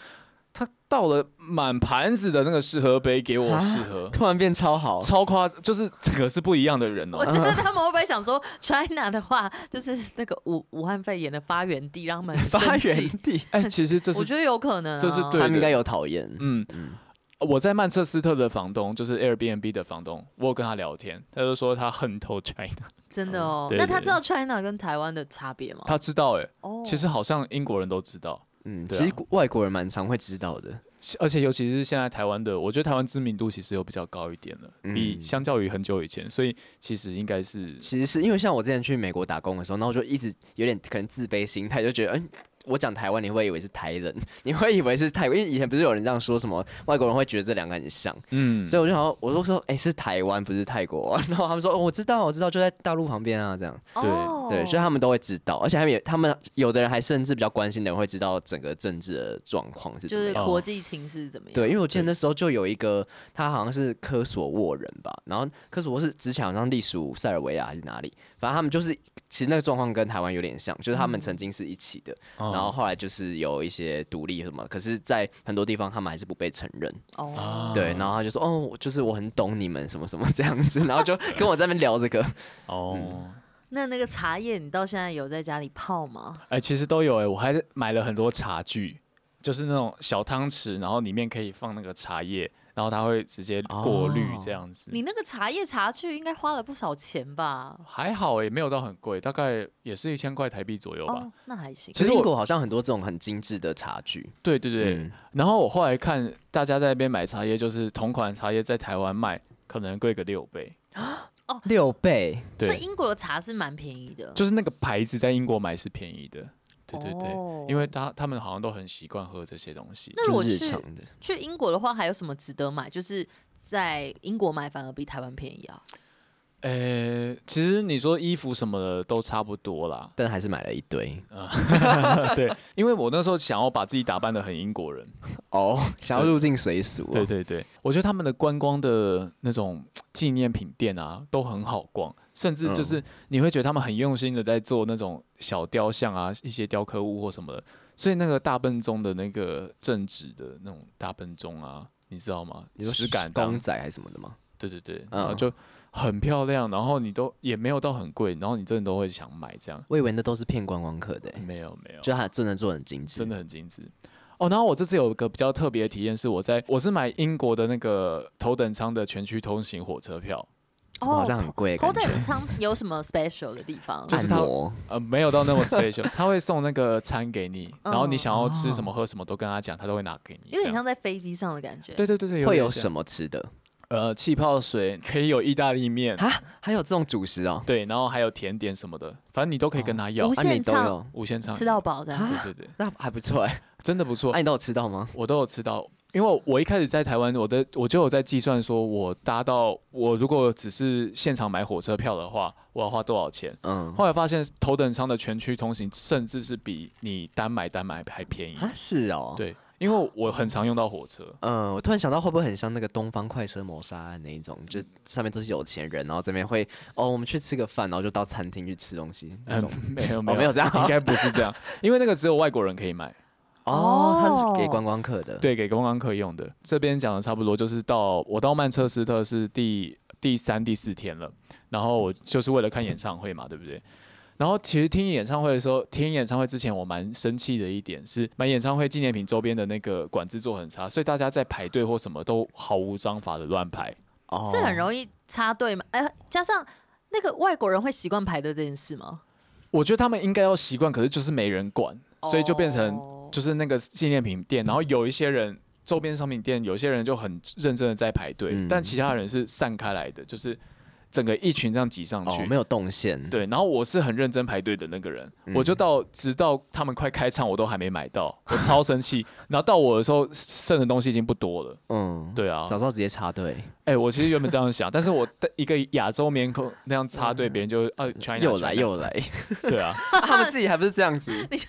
[SPEAKER 2] 他倒了满盘子的那个试喝杯给
[SPEAKER 5] 啊
[SPEAKER 2] 我试喝，
[SPEAKER 4] 突然变超
[SPEAKER 2] <laughs>
[SPEAKER 4] 好，
[SPEAKER 2] 超夸，就是整个是不一样的人哦
[SPEAKER 5] <laughs> 我。觉得他们会不会想说，China 的话就是那个武武汉肺炎的发源地，让他们很
[SPEAKER 2] <laughs>
[SPEAKER 4] 发
[SPEAKER 5] 生气
[SPEAKER 4] 源地，
[SPEAKER 2] 哎，其实这
[SPEAKER 5] 我
[SPEAKER 2] 是
[SPEAKER 5] 觉得有可能、啊，
[SPEAKER 2] 这是对
[SPEAKER 4] 他
[SPEAKER 2] 的
[SPEAKER 4] 们应该有讨厌。
[SPEAKER 2] 嗯，我在曼彻斯特的房东，就是 Airbnb 的房东，我有跟他聊天，他就说他恨透 China，
[SPEAKER 5] 真的哦。
[SPEAKER 2] 对
[SPEAKER 5] 那
[SPEAKER 2] 对
[SPEAKER 5] 他
[SPEAKER 2] 对
[SPEAKER 5] 知道 China 跟台湾的差别吗？
[SPEAKER 2] 他知道哎、
[SPEAKER 5] 哦，
[SPEAKER 2] 其实好像英国人都知道。
[SPEAKER 4] 嗯，
[SPEAKER 2] 对
[SPEAKER 4] 其
[SPEAKER 2] 啊
[SPEAKER 4] 实外国人蛮常会知道的。
[SPEAKER 2] 而且尤其是现在台湾的，我觉得台湾知名度其实有比较高一点了，比
[SPEAKER 4] 嗯
[SPEAKER 2] 相较于很久以前，所以其实应该是
[SPEAKER 4] 其实是因为像我之前去美国打工的时候，那我就一直有点可能自卑心态，就觉得嗯。我讲台湾，你会以为是台人， <laughs> 你会以为是泰国，因为以前不是有人这样说什么外国人会觉得这两个很像，
[SPEAKER 2] 嗯，
[SPEAKER 4] 所以我就想说，我就说，哎、是台湾不是泰国 <laughs> 啊、然后他们说，哦，我知道，我知道，就在大陆旁边啊，这样。
[SPEAKER 2] 对
[SPEAKER 5] 哦
[SPEAKER 4] 对，所以他们都会知道，而且他们也，他们有的人还甚至比较关心的人会知道整个政治的状况是怎
[SPEAKER 5] 就
[SPEAKER 4] 么
[SPEAKER 5] 是
[SPEAKER 4] 样。
[SPEAKER 5] 国际情势怎么样？
[SPEAKER 4] 对，因为我记得
[SPEAKER 2] 对
[SPEAKER 4] 那时候就有一个，他好像是科索沃人吧，然后科索沃是之前好像隶属塞尔维亚还是哪里，反正他们就是其实那个状况跟台湾有点像，就是他们曾经是一起的，
[SPEAKER 2] 哦
[SPEAKER 4] 然后后来就是有一些独立什么，可是，在很多地方他们还是不被承认。
[SPEAKER 5] 哦
[SPEAKER 2] 啊，
[SPEAKER 4] 对，然后他就说，哦，我就是我很懂你们什么什么这样子，然后就跟我在那边聊这个，
[SPEAKER 2] 哦，
[SPEAKER 5] 那那个茶叶你到现在有在家里泡吗？
[SPEAKER 2] 哎、其实都有哎、我还买了很多茶具，就是那种小汤匙，然后里面可以放那个茶叶，然后它会直接过滤
[SPEAKER 4] 哦
[SPEAKER 2] 这样子。
[SPEAKER 5] 你那个茶叶茶具应该花了不少钱吧？
[SPEAKER 2] 还好哎、没有到很贵，大概也是一千块台币左右吧。
[SPEAKER 5] 哦，那还行。
[SPEAKER 2] 其实
[SPEAKER 4] 英
[SPEAKER 2] 我
[SPEAKER 4] 国好像很多这种很精致的茶具，
[SPEAKER 2] 对对对，
[SPEAKER 4] 嗯
[SPEAKER 2] 然后我后来看大家在那边买茶叶，就是同款茶叶在台湾卖，可能贵个六倍。
[SPEAKER 4] 六倍，
[SPEAKER 5] 所以
[SPEAKER 2] 对，
[SPEAKER 5] 英国的茶是蛮便宜的，
[SPEAKER 2] 就是那个牌子在英国买是便宜的。对对对，
[SPEAKER 5] 哦
[SPEAKER 2] 因为他他们好像都很习惯喝这些东西。
[SPEAKER 5] 那如
[SPEAKER 4] 就
[SPEAKER 5] 果
[SPEAKER 4] 是日
[SPEAKER 5] 去
[SPEAKER 4] 常的。
[SPEAKER 5] 去英国的话，还有什么值得买？就是在英国买反而比台湾便宜啊？
[SPEAKER 2] 诶、呃、其实你说衣服什么的都差不多啦。 <laughs>
[SPEAKER 4] 但还是买了一堆
[SPEAKER 2] 对，因为我那时候想要把自己打扮的很英国人。
[SPEAKER 4] 哦， <laughs> 想要入境随俗、哦。
[SPEAKER 2] 对对对，我觉得他们的观光的那种纪念品店啊，都很好逛，甚至就是你会觉得他们很用心的在做那种小雕像啊，一些雕刻物或什么的。所以那个大笨钟的那个正直的那种大笨钟啊，你知道吗？
[SPEAKER 4] 你说
[SPEAKER 2] 实感
[SPEAKER 4] 公
[SPEAKER 2] 当，
[SPEAKER 4] 仔还是什么的吗？
[SPEAKER 2] 对对对，
[SPEAKER 4] 嗯
[SPEAKER 2] 然后就很漂亮，然后你都也没有到很贵，然后你真的都会想买这样。
[SPEAKER 4] 我以为那都是骗观光客的、欸，
[SPEAKER 2] 没有没有，
[SPEAKER 4] 就他真的做得很精致。
[SPEAKER 2] 真的很精致。哦，然后我这次有个比较特别的体验是，我在我是买英国的那个头等舱的全区通行火车票，
[SPEAKER 4] 怎么好像很贵的
[SPEAKER 5] 头
[SPEAKER 4] 感觉，
[SPEAKER 5] 等舱有什么 special 的地方？
[SPEAKER 2] 就是
[SPEAKER 4] 按
[SPEAKER 2] 它
[SPEAKER 4] 摩
[SPEAKER 2] 呃，没有到那么 <laughs> special，他会送那个餐给你，然后你想要吃什么喝什么都跟他讲，他都会拿给你。
[SPEAKER 5] 有
[SPEAKER 2] 这
[SPEAKER 5] 点
[SPEAKER 2] 样
[SPEAKER 5] 像在飞机上的感觉。
[SPEAKER 2] 对对对对，
[SPEAKER 4] 会有
[SPEAKER 2] 点像
[SPEAKER 4] 什么吃的
[SPEAKER 2] 呃气泡水，可以有意大利面，
[SPEAKER 4] 啊？还有这种主食哦，
[SPEAKER 2] 对，然后还有甜点什么的，反正你都可以跟他要
[SPEAKER 5] 无。
[SPEAKER 4] 啊
[SPEAKER 5] 限
[SPEAKER 4] 你都
[SPEAKER 5] 畅
[SPEAKER 4] 有，
[SPEAKER 2] 无限畅饮
[SPEAKER 5] 吃到饱这样。
[SPEAKER 2] 对对对，
[SPEAKER 4] 那还不错哎、
[SPEAKER 2] 真的不错
[SPEAKER 4] 那、。你都有吃到吗？
[SPEAKER 2] 我都有吃到，因为我一开始在台湾，我的我就有在计算说，我搭到我如果只是现场买火车票的话，我要花多少钱。
[SPEAKER 4] 嗯，
[SPEAKER 2] 后来发现头等舱的全区通行，甚至是比你单买单买还便宜。
[SPEAKER 4] 啊是哦，，
[SPEAKER 2] 对，因为我很常用到火车，
[SPEAKER 4] 嗯，我突然想到，会不会很像那个东方快车谋杀案那一种，就上面都是有钱人，然后这边会哦，我们去吃个饭，然后就到餐厅去吃东西那种。
[SPEAKER 2] 没有
[SPEAKER 4] 嗯没有这样
[SPEAKER 2] 应该不是这样，因为那个只有外国人可以买，
[SPEAKER 4] 哦，它
[SPEAKER 5] 哦
[SPEAKER 4] 是给观光客的。，
[SPEAKER 2] 对，给观光客用的。这边讲的差不多，就是到我到曼彻斯特是第第三、第四天了，然后我就是为了看演唱会嘛，对不对？然后其实听演唱会的时候，听演唱会之前我蛮生气的一点是，买演唱会纪念品周边的那个管制做很差，所以大家在排队或什么都毫无章法的乱排。
[SPEAKER 4] 哦
[SPEAKER 5] 是很容易插队嘛？哎，加上那个外国人会习惯排队这件事吗？
[SPEAKER 2] 我觉得他们应该要习惯，可是就是没人管，所以就变
[SPEAKER 5] 哦。
[SPEAKER 2] 成就是那个纪念品
[SPEAKER 4] 嗯
[SPEAKER 2] 店，然后有一些人周边商品店，有些人就很认真的在排队，
[SPEAKER 4] 嗯
[SPEAKER 2] 但其他人是散开来的，就是整个一群这样挤上去。
[SPEAKER 4] 哦，没有嗯动线。，
[SPEAKER 2] 对，然后我是很认真排队的那个人，我就到直到他们快开唱，我都还没买到，我超生气。 <laughs> 然后到我的时候，剩的东西已经不多了。
[SPEAKER 4] 嗯，
[SPEAKER 2] 对啊，
[SPEAKER 4] 早知道直接插队，
[SPEAKER 2] 哎、我其实原本这样
[SPEAKER 4] <laughs>
[SPEAKER 2] 想，但是我的一个亚洲面孔那样插队，别人就啊 China
[SPEAKER 4] 嗯又来
[SPEAKER 2] China
[SPEAKER 4] 又来， <laughs>
[SPEAKER 2] 对啊，
[SPEAKER 4] 啊他们自己还不是这样子
[SPEAKER 5] 你就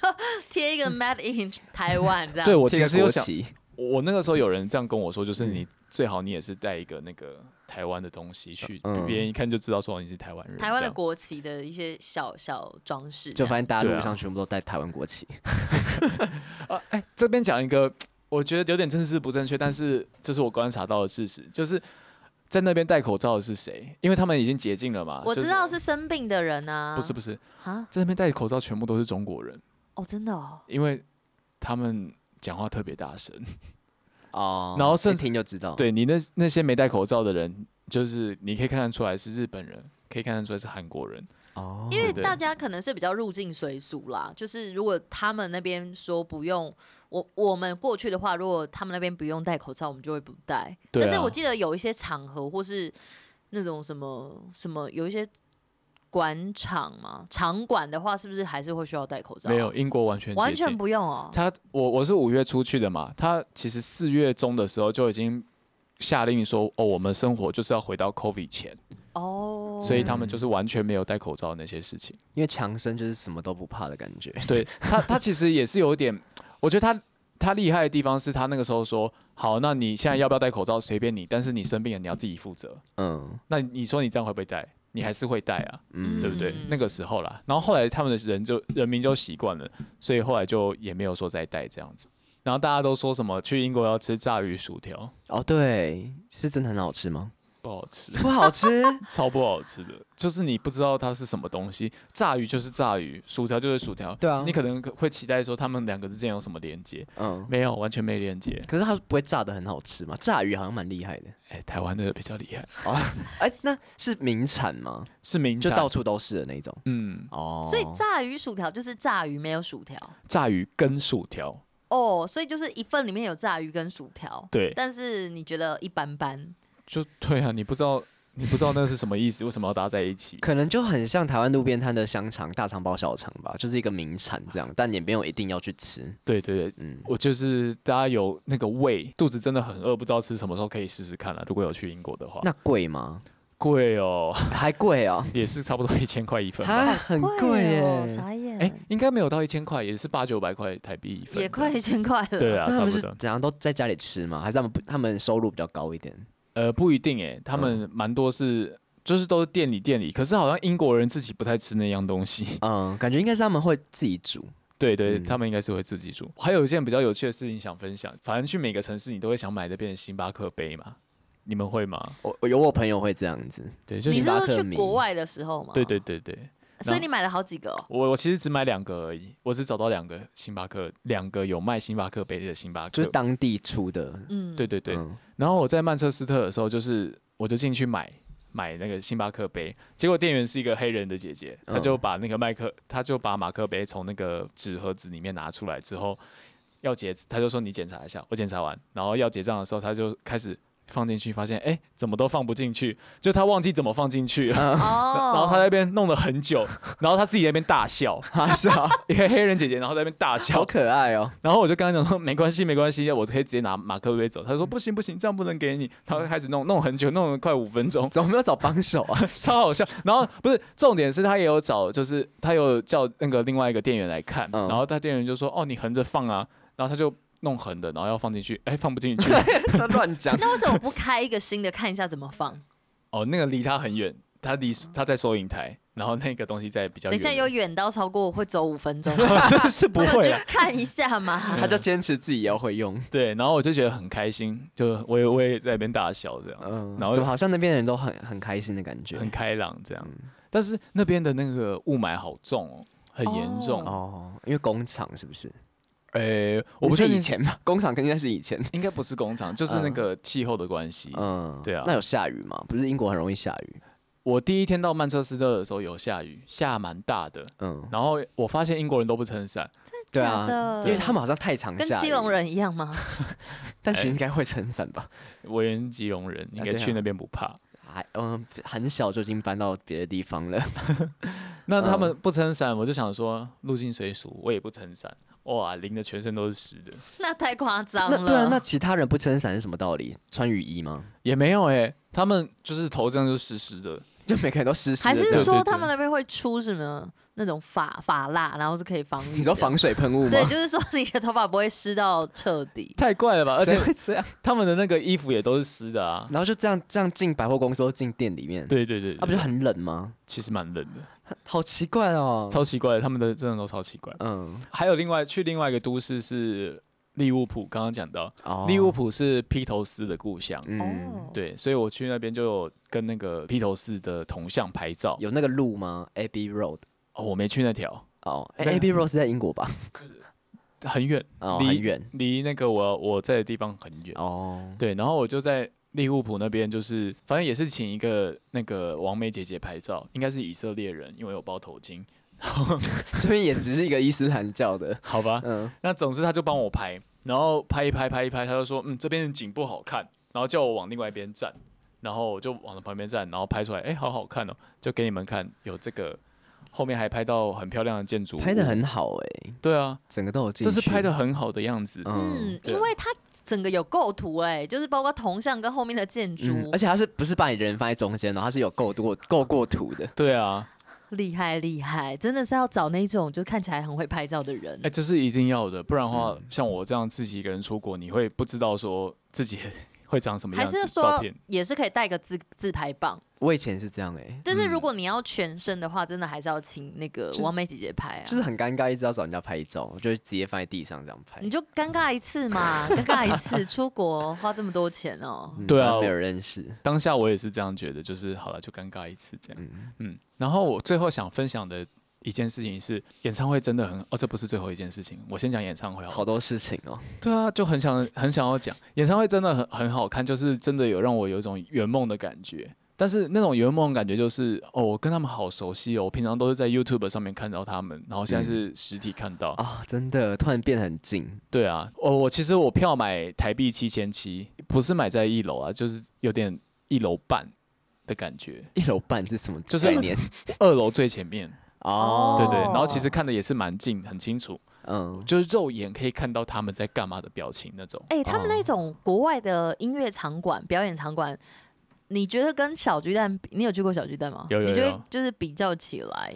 [SPEAKER 5] 贴
[SPEAKER 2] <laughs>
[SPEAKER 5] 一个 Made in 台湾这样。
[SPEAKER 2] 对 <laughs> 我
[SPEAKER 4] 贴
[SPEAKER 2] 其
[SPEAKER 4] 个
[SPEAKER 2] 实有
[SPEAKER 4] 国
[SPEAKER 2] 想，
[SPEAKER 4] 旗
[SPEAKER 2] 我那个时候有人这样跟我说，就是你最好你也是带一个那个台湾的东西去，
[SPEAKER 4] 嗯
[SPEAKER 2] 别人一看就知道说你是台湾人。
[SPEAKER 5] 台湾
[SPEAKER 2] 这
[SPEAKER 5] 的
[SPEAKER 2] 样
[SPEAKER 5] 国旗的一些小小装饰这
[SPEAKER 4] 就
[SPEAKER 5] 样，
[SPEAKER 4] 发现大家
[SPEAKER 2] 对
[SPEAKER 4] 路
[SPEAKER 2] 啊
[SPEAKER 4] 上全部都带台湾国旗。
[SPEAKER 2] 啊，哎、这边讲一个，我觉得有点政治不正确，但是这是我观察到的事实，就是在那边戴口罩的是谁？因为他们已经解禁了嘛。
[SPEAKER 5] 我
[SPEAKER 2] 就
[SPEAKER 5] 知道是生病的人啊，
[SPEAKER 2] 不是不是，
[SPEAKER 5] 啊？
[SPEAKER 2] 在那边戴口罩全部都是中国人，
[SPEAKER 5] 哦，真的哦，
[SPEAKER 2] 因为他们讲话特别大声。
[SPEAKER 4] 哦，
[SPEAKER 2] 然后甚
[SPEAKER 4] 一
[SPEAKER 2] 至
[SPEAKER 4] 听就知道。，
[SPEAKER 2] 对你那那些没戴口罩的人，就是你可以看得出来是日本人，可以看得出来是韩国人。
[SPEAKER 4] 哦，
[SPEAKER 5] 因为
[SPEAKER 2] 对
[SPEAKER 5] 大家可能是比较入境随俗啦，就是如果他们那边说不用，我我们过去的话，如果他们那边不用戴口罩，我们就会不戴。
[SPEAKER 2] 对
[SPEAKER 5] 但是
[SPEAKER 2] 啊
[SPEAKER 5] 我记得有一些场合或是那种什么什么，有一些馆场嘛，场馆的话是不是还是会需要戴口罩？啊
[SPEAKER 2] 没有，，英国完全
[SPEAKER 5] 完
[SPEAKER 2] 解禁
[SPEAKER 5] 全不用哦。
[SPEAKER 2] 他我我是五月出去的嘛，他其实四月中的时候就已经下令说，哦，我们生活就是要回到 COVID 前，
[SPEAKER 5] 哦，
[SPEAKER 2] 所以他们就是完全没有戴口罩的那些事情。
[SPEAKER 4] 因为强生就是什么都不怕的感觉。
[SPEAKER 2] 对他，他其实也是有一点，我觉得他他厉害的地方是他那个时候说，好，那你现在要不要戴口罩随便你，但是你生病了你要自己负责。
[SPEAKER 4] 嗯，
[SPEAKER 2] 那你说你这样会不会戴？你还是会戴啊，
[SPEAKER 4] 嗯
[SPEAKER 2] 对不对？
[SPEAKER 5] 嗯
[SPEAKER 2] 那个时候啦，然后后来他们的人就人民就习惯了，所以后来就也没有说再戴这样子。然后大家都说什么去英国要吃炸鱼薯条，
[SPEAKER 4] 哦，对，是真的很好吃吗？
[SPEAKER 2] <laughs> 不好吃，
[SPEAKER 4] 不好吃，
[SPEAKER 2] 超不好吃的，就是你不知道它是什么东西。炸鱼就是炸鱼，薯条就是薯条。
[SPEAKER 4] 对啊
[SPEAKER 2] 你可能会期待说他们两个之间有什么连接，
[SPEAKER 4] 嗯，
[SPEAKER 2] 没有，完全没连接。
[SPEAKER 4] 可是它不会炸的很好吃吗？炸鱼好像蛮厉害的。
[SPEAKER 2] 哎，台湾的比较厉害，
[SPEAKER 4] 哦，哎，那是名产吗？
[SPEAKER 2] 是名
[SPEAKER 4] 就
[SPEAKER 2] 产，
[SPEAKER 4] 到处都是的那种。
[SPEAKER 2] 嗯，
[SPEAKER 4] 哦，
[SPEAKER 5] 所以炸鱼薯条就是炸鱼没有薯条
[SPEAKER 2] 炸鱼跟薯条，
[SPEAKER 5] 哦，所以就是一份里面有炸鱼跟薯条，
[SPEAKER 2] 对，
[SPEAKER 5] 但是你觉得一般般。
[SPEAKER 2] 就对啊，你不知道，你不知道那是什么意思，为什么要搭在一起？
[SPEAKER 4] 可能就很像台湾路边摊的香肠，大肠包小肠吧，就是一个名产这样，但也没有一定要去吃。
[SPEAKER 2] 对对对，
[SPEAKER 4] 嗯，
[SPEAKER 2] 我就是大家有那个胃，肚子真的很饿，不知道吃什么时候可以试试看啊。如果有去英国的话，
[SPEAKER 4] 那贵吗？
[SPEAKER 2] 贵哦， <laughs>
[SPEAKER 4] 还贵哦，
[SPEAKER 2] 也是差不多一千块一份吧。
[SPEAKER 4] 啊，很贵
[SPEAKER 5] 贵哦，
[SPEAKER 4] 耶。
[SPEAKER 5] 傻眼，
[SPEAKER 2] 哎、应该没有到一千块，也是八九百块台币一份。
[SPEAKER 5] 也快一千块了，
[SPEAKER 2] 对啊，
[SPEAKER 4] 那他
[SPEAKER 2] 差
[SPEAKER 4] 们
[SPEAKER 2] 不
[SPEAKER 4] 是
[SPEAKER 2] 多。
[SPEAKER 4] 怎样都在家里吃吗？还是他们不他们收入比较高一点？
[SPEAKER 2] 呃，不一定哎、他们蛮多是就是都是店里店里，可是好像英国人自己不太吃那样东西。 <laughs>
[SPEAKER 4] 嗯，感觉应该是他们会自己煮。
[SPEAKER 2] 对对，
[SPEAKER 4] 嗯
[SPEAKER 2] 他们应该是会自己煮。还有一件比较有趣的事情想分享，反正去每个城市你都会想买的变成星巴克杯嘛，你们会吗？
[SPEAKER 4] 我我有我朋友会这样子，
[SPEAKER 2] 对，就
[SPEAKER 5] 你
[SPEAKER 2] 是
[SPEAKER 5] 是
[SPEAKER 4] 星巴
[SPEAKER 5] 说
[SPEAKER 4] 克
[SPEAKER 5] 去
[SPEAKER 4] 迷
[SPEAKER 5] 国外的时候吗？
[SPEAKER 2] 对对，对对，
[SPEAKER 5] 所以你买了好几个哦。
[SPEAKER 2] 我我其实只买两个而已，我只找到两个星巴克，两个有卖星巴克杯的星巴克。
[SPEAKER 4] 就是当地出的。
[SPEAKER 5] 嗯，
[SPEAKER 2] 对对对，
[SPEAKER 4] 嗯
[SPEAKER 2] 然后我在曼彻斯特的时候，就是我就进去买买那个星巴克杯，结果店员是一个黑人的姐姐，
[SPEAKER 4] 嗯
[SPEAKER 2] 她就把那个麦克，她就把马克杯从那个纸盒子里面拿出来之后，要结，她就说你检查一下，我检查完，然后要结账的时候，她就开始放进去，发现哎、诶怎么都放不进去，就她忘记怎么放进去了。
[SPEAKER 5] 哦，
[SPEAKER 2] 然后她在那边弄了很久，然后她自己在那边大笑，
[SPEAKER 4] 啊，是啊，
[SPEAKER 2] 一个黑人姐姐，然后在那边大笑
[SPEAKER 4] 好，可爱
[SPEAKER 2] <laughs>
[SPEAKER 4] 哦。
[SPEAKER 2] 然后我就跟他讲说，没关系，没关系，我可以直接拿马克杯走。他说不行不行，这样不能给你。他开始弄弄很久，弄了快五分钟， <laughs>
[SPEAKER 4] 怎么没有找帮手啊？ <laughs>
[SPEAKER 2] 超好笑。然后不是重点是他也有找，就是他有叫那个另外一个店员来看，
[SPEAKER 4] 嗯
[SPEAKER 2] 然后他店员就说哦你横着放啊，然后他就弄横的，然后要放进去，哎放不进去， <laughs>
[SPEAKER 4] 他乱讲。
[SPEAKER 5] <laughs> 那为什么不开一个新的看一下怎么放？
[SPEAKER 2] 哦那个离他很远，他离他在收银台，然后那个东西在比较
[SPEAKER 5] 等一
[SPEAKER 2] 远，
[SPEAKER 5] 下有远到超过我会走五
[SPEAKER 4] <laughs>
[SPEAKER 5] 分钟，
[SPEAKER 2] <laughs> 是是
[SPEAKER 5] <laughs>
[SPEAKER 2] 不
[SPEAKER 5] 那我
[SPEAKER 2] 会
[SPEAKER 5] 就
[SPEAKER 2] 啊，
[SPEAKER 5] 看一下嘛。
[SPEAKER 4] 他就坚持自己也要会用，
[SPEAKER 2] 对，然后我就觉得很开心，就我也我也在那边大笑这样子，
[SPEAKER 4] 嗯，
[SPEAKER 2] 然
[SPEAKER 4] 然
[SPEAKER 2] 后
[SPEAKER 4] 后好像那边的人都很很开心的感觉，
[SPEAKER 2] 很开朗这样。
[SPEAKER 4] 嗯
[SPEAKER 2] 但是那边的那个雾霾好重哦，很严重。
[SPEAKER 5] 哦
[SPEAKER 4] 哦，因为工厂是不是？
[SPEAKER 2] 诶、我不
[SPEAKER 4] 是
[SPEAKER 2] 确
[SPEAKER 4] 以
[SPEAKER 2] 定，
[SPEAKER 4] 前吧，工厂应该是以前。
[SPEAKER 2] 应该不是工厂，就是那个气候的关系。<laughs>
[SPEAKER 4] 嗯，
[SPEAKER 2] 对啊
[SPEAKER 4] 那有下雨吗？不是英国很容易下雨。
[SPEAKER 2] 我第一天到曼彻斯特的时候有下雨，下蛮大的。
[SPEAKER 4] 嗯，
[SPEAKER 2] 然后我发现英国人都不撑伞，
[SPEAKER 4] 对
[SPEAKER 5] 假
[SPEAKER 4] 啊
[SPEAKER 5] 的，
[SPEAKER 4] 因为他们好像太常
[SPEAKER 5] 跟
[SPEAKER 4] 下雨。
[SPEAKER 5] 基隆，人一样吗？
[SPEAKER 4] 但其实应该会撑伞 <laughs> 吧？
[SPEAKER 2] 我原基隆人，应该
[SPEAKER 4] 对啊
[SPEAKER 2] 去那边不怕。
[SPEAKER 4] 还嗯，很小就已经搬到别的地方了。
[SPEAKER 2] 那他
[SPEAKER 4] 嗯
[SPEAKER 2] 们不撑伞，我就想说入境水俗，我也不撑伞。哇，淋的全身都是湿的，
[SPEAKER 5] <laughs> 那太夸张
[SPEAKER 4] 那
[SPEAKER 5] 了。
[SPEAKER 4] 对啊，那其他人不撑伞是什么道理？穿雨衣吗？
[SPEAKER 2] 也没有诶、他们就是头这样就湿湿的，
[SPEAKER 4] 就每个人都湿湿的。
[SPEAKER 5] 还
[SPEAKER 4] 对啊
[SPEAKER 5] 是
[SPEAKER 4] 不对
[SPEAKER 5] 说他们那边会出什么那种发发蜡，然后是可以防雨的？
[SPEAKER 4] 你说防水喷雾吗？
[SPEAKER 5] 对，
[SPEAKER 4] <laughs>
[SPEAKER 5] 就是说你的头发不会湿到彻底。
[SPEAKER 2] 太怪了吧！而
[SPEAKER 4] 谁
[SPEAKER 2] 且
[SPEAKER 4] 会这样，
[SPEAKER 2] 他们的那个衣服也都是湿的啊。
[SPEAKER 4] 然后就这样这样进百货公司或进店里面，，
[SPEAKER 2] <laughs>
[SPEAKER 4] 啊
[SPEAKER 2] 对对对对，
[SPEAKER 4] 那不就很冷吗？
[SPEAKER 2] 其实蛮冷的。
[SPEAKER 4] 好奇怪哦。
[SPEAKER 2] 超奇怪的，他们的真的都超奇怪。
[SPEAKER 4] 嗯，
[SPEAKER 2] 还有另外去另外一个都市是利物浦，刚刚讲到、
[SPEAKER 4] 哦
[SPEAKER 2] 利物，浦是披头士的故乡，
[SPEAKER 4] 嗯，
[SPEAKER 5] 哦，
[SPEAKER 2] 对，所以我去那边就有跟那个披头士的铜像拍照。
[SPEAKER 4] 有那个路吗？Abbey Road。
[SPEAKER 2] 哦，我没去那条，
[SPEAKER 4] 哦
[SPEAKER 2] 那
[SPEAKER 4] ，Abbey Road 是在英国吧？
[SPEAKER 2] 很远，
[SPEAKER 4] 哦，
[SPEAKER 2] 离
[SPEAKER 4] 很远。
[SPEAKER 2] 离那个我我在的地方很远。
[SPEAKER 4] 哦，
[SPEAKER 2] 对，然后我就在利物浦那边，就是反正也是请一个那个王美姐姐拍照，应该是以色列人，因为有包头 <laughs> 巾，
[SPEAKER 4] 这边也只是一个伊斯兰教的。
[SPEAKER 2] 好吧？
[SPEAKER 4] 嗯，
[SPEAKER 2] 那总之他就帮我拍，然后拍一拍拍一拍，他就说嗯这边的景不好看，然后叫我往另外一边站，然后我就往旁边站，然后拍出来，哎、好好看哦，就给你们看，有这个后面还拍到很漂亮的建筑物，
[SPEAKER 4] 拍的很好哎，
[SPEAKER 2] 对啊，
[SPEAKER 4] 整个都有进
[SPEAKER 2] 这
[SPEAKER 4] 去。
[SPEAKER 2] 是拍的很好的样子，
[SPEAKER 4] 嗯，
[SPEAKER 5] 嗯，
[SPEAKER 2] 对
[SPEAKER 5] 因为它整个有构图哎、就是包括铜像跟后面的建筑，
[SPEAKER 4] 嗯，而且它是不是把你人放在中间，然后它是有构过构过图的。
[SPEAKER 2] 对啊，
[SPEAKER 5] 厉害厉害，真的是要找那种就看起来很会拍照的人
[SPEAKER 2] 哎、。这是一定要的，不然的
[SPEAKER 4] 嗯
[SPEAKER 2] 话，像我这样自己一个人出国，你会不知道说自己 <laughs> 会长什么
[SPEAKER 5] 还
[SPEAKER 2] 样子
[SPEAKER 5] 是，
[SPEAKER 2] 照
[SPEAKER 5] 说
[SPEAKER 2] 片
[SPEAKER 5] 也是可以带个自自拍棒，
[SPEAKER 4] 我以前是这样哎，
[SPEAKER 5] 但是如果你要全身的话，真的还是要请那个
[SPEAKER 4] 就是
[SPEAKER 5] 王美姐姐拍啊。
[SPEAKER 4] 就是很尴尬，一直要找人家拍照，我就会直接放在地上这样拍
[SPEAKER 5] 你。就尴尬一次嘛，尴尬一次，出国花这么多钱哦。
[SPEAKER 4] 嗯
[SPEAKER 2] 对啊
[SPEAKER 4] 反正没有人认识。
[SPEAKER 2] 当下我也是这样觉得，就是好了，就尴尬一次这样。
[SPEAKER 4] 嗯，
[SPEAKER 2] 嗯，然后我最后想分享的一件事情是，演唱会真的很哦，这不是最后一件事情，我先讲演唱会好
[SPEAKER 4] 好
[SPEAKER 2] 了。
[SPEAKER 4] 多事情哦。
[SPEAKER 2] 对啊，就很想很想要讲，演唱会真的很很好看，就是真的有让我有一种圆梦的感觉。但是那种圆梦的感觉就是，哦，我跟他们好熟悉哦，我平常都是在 YouTube 上面看到他们，然后现在是实体看到。
[SPEAKER 4] 嗯啊，真的突然变很近。
[SPEAKER 2] 对啊，我、我其实我票买台币七千七，不是买在一楼啊，就是有点一楼半的感觉，
[SPEAKER 4] 一楼半是什么
[SPEAKER 2] 就是
[SPEAKER 4] 概念？
[SPEAKER 2] 二楼最前面，
[SPEAKER 4] 哦，
[SPEAKER 2] 对对，然后其实看的也是蛮近，很清楚。
[SPEAKER 4] 嗯，
[SPEAKER 2] 就是肉眼可以看到他们在干嘛的表情那种。
[SPEAKER 5] 哎、他们那种国外的音乐场馆、表演场馆，你觉得跟小巨蛋比，你有去过小巨蛋吗？
[SPEAKER 2] 有有
[SPEAKER 5] 你觉
[SPEAKER 2] 有
[SPEAKER 5] 得就是比较起来，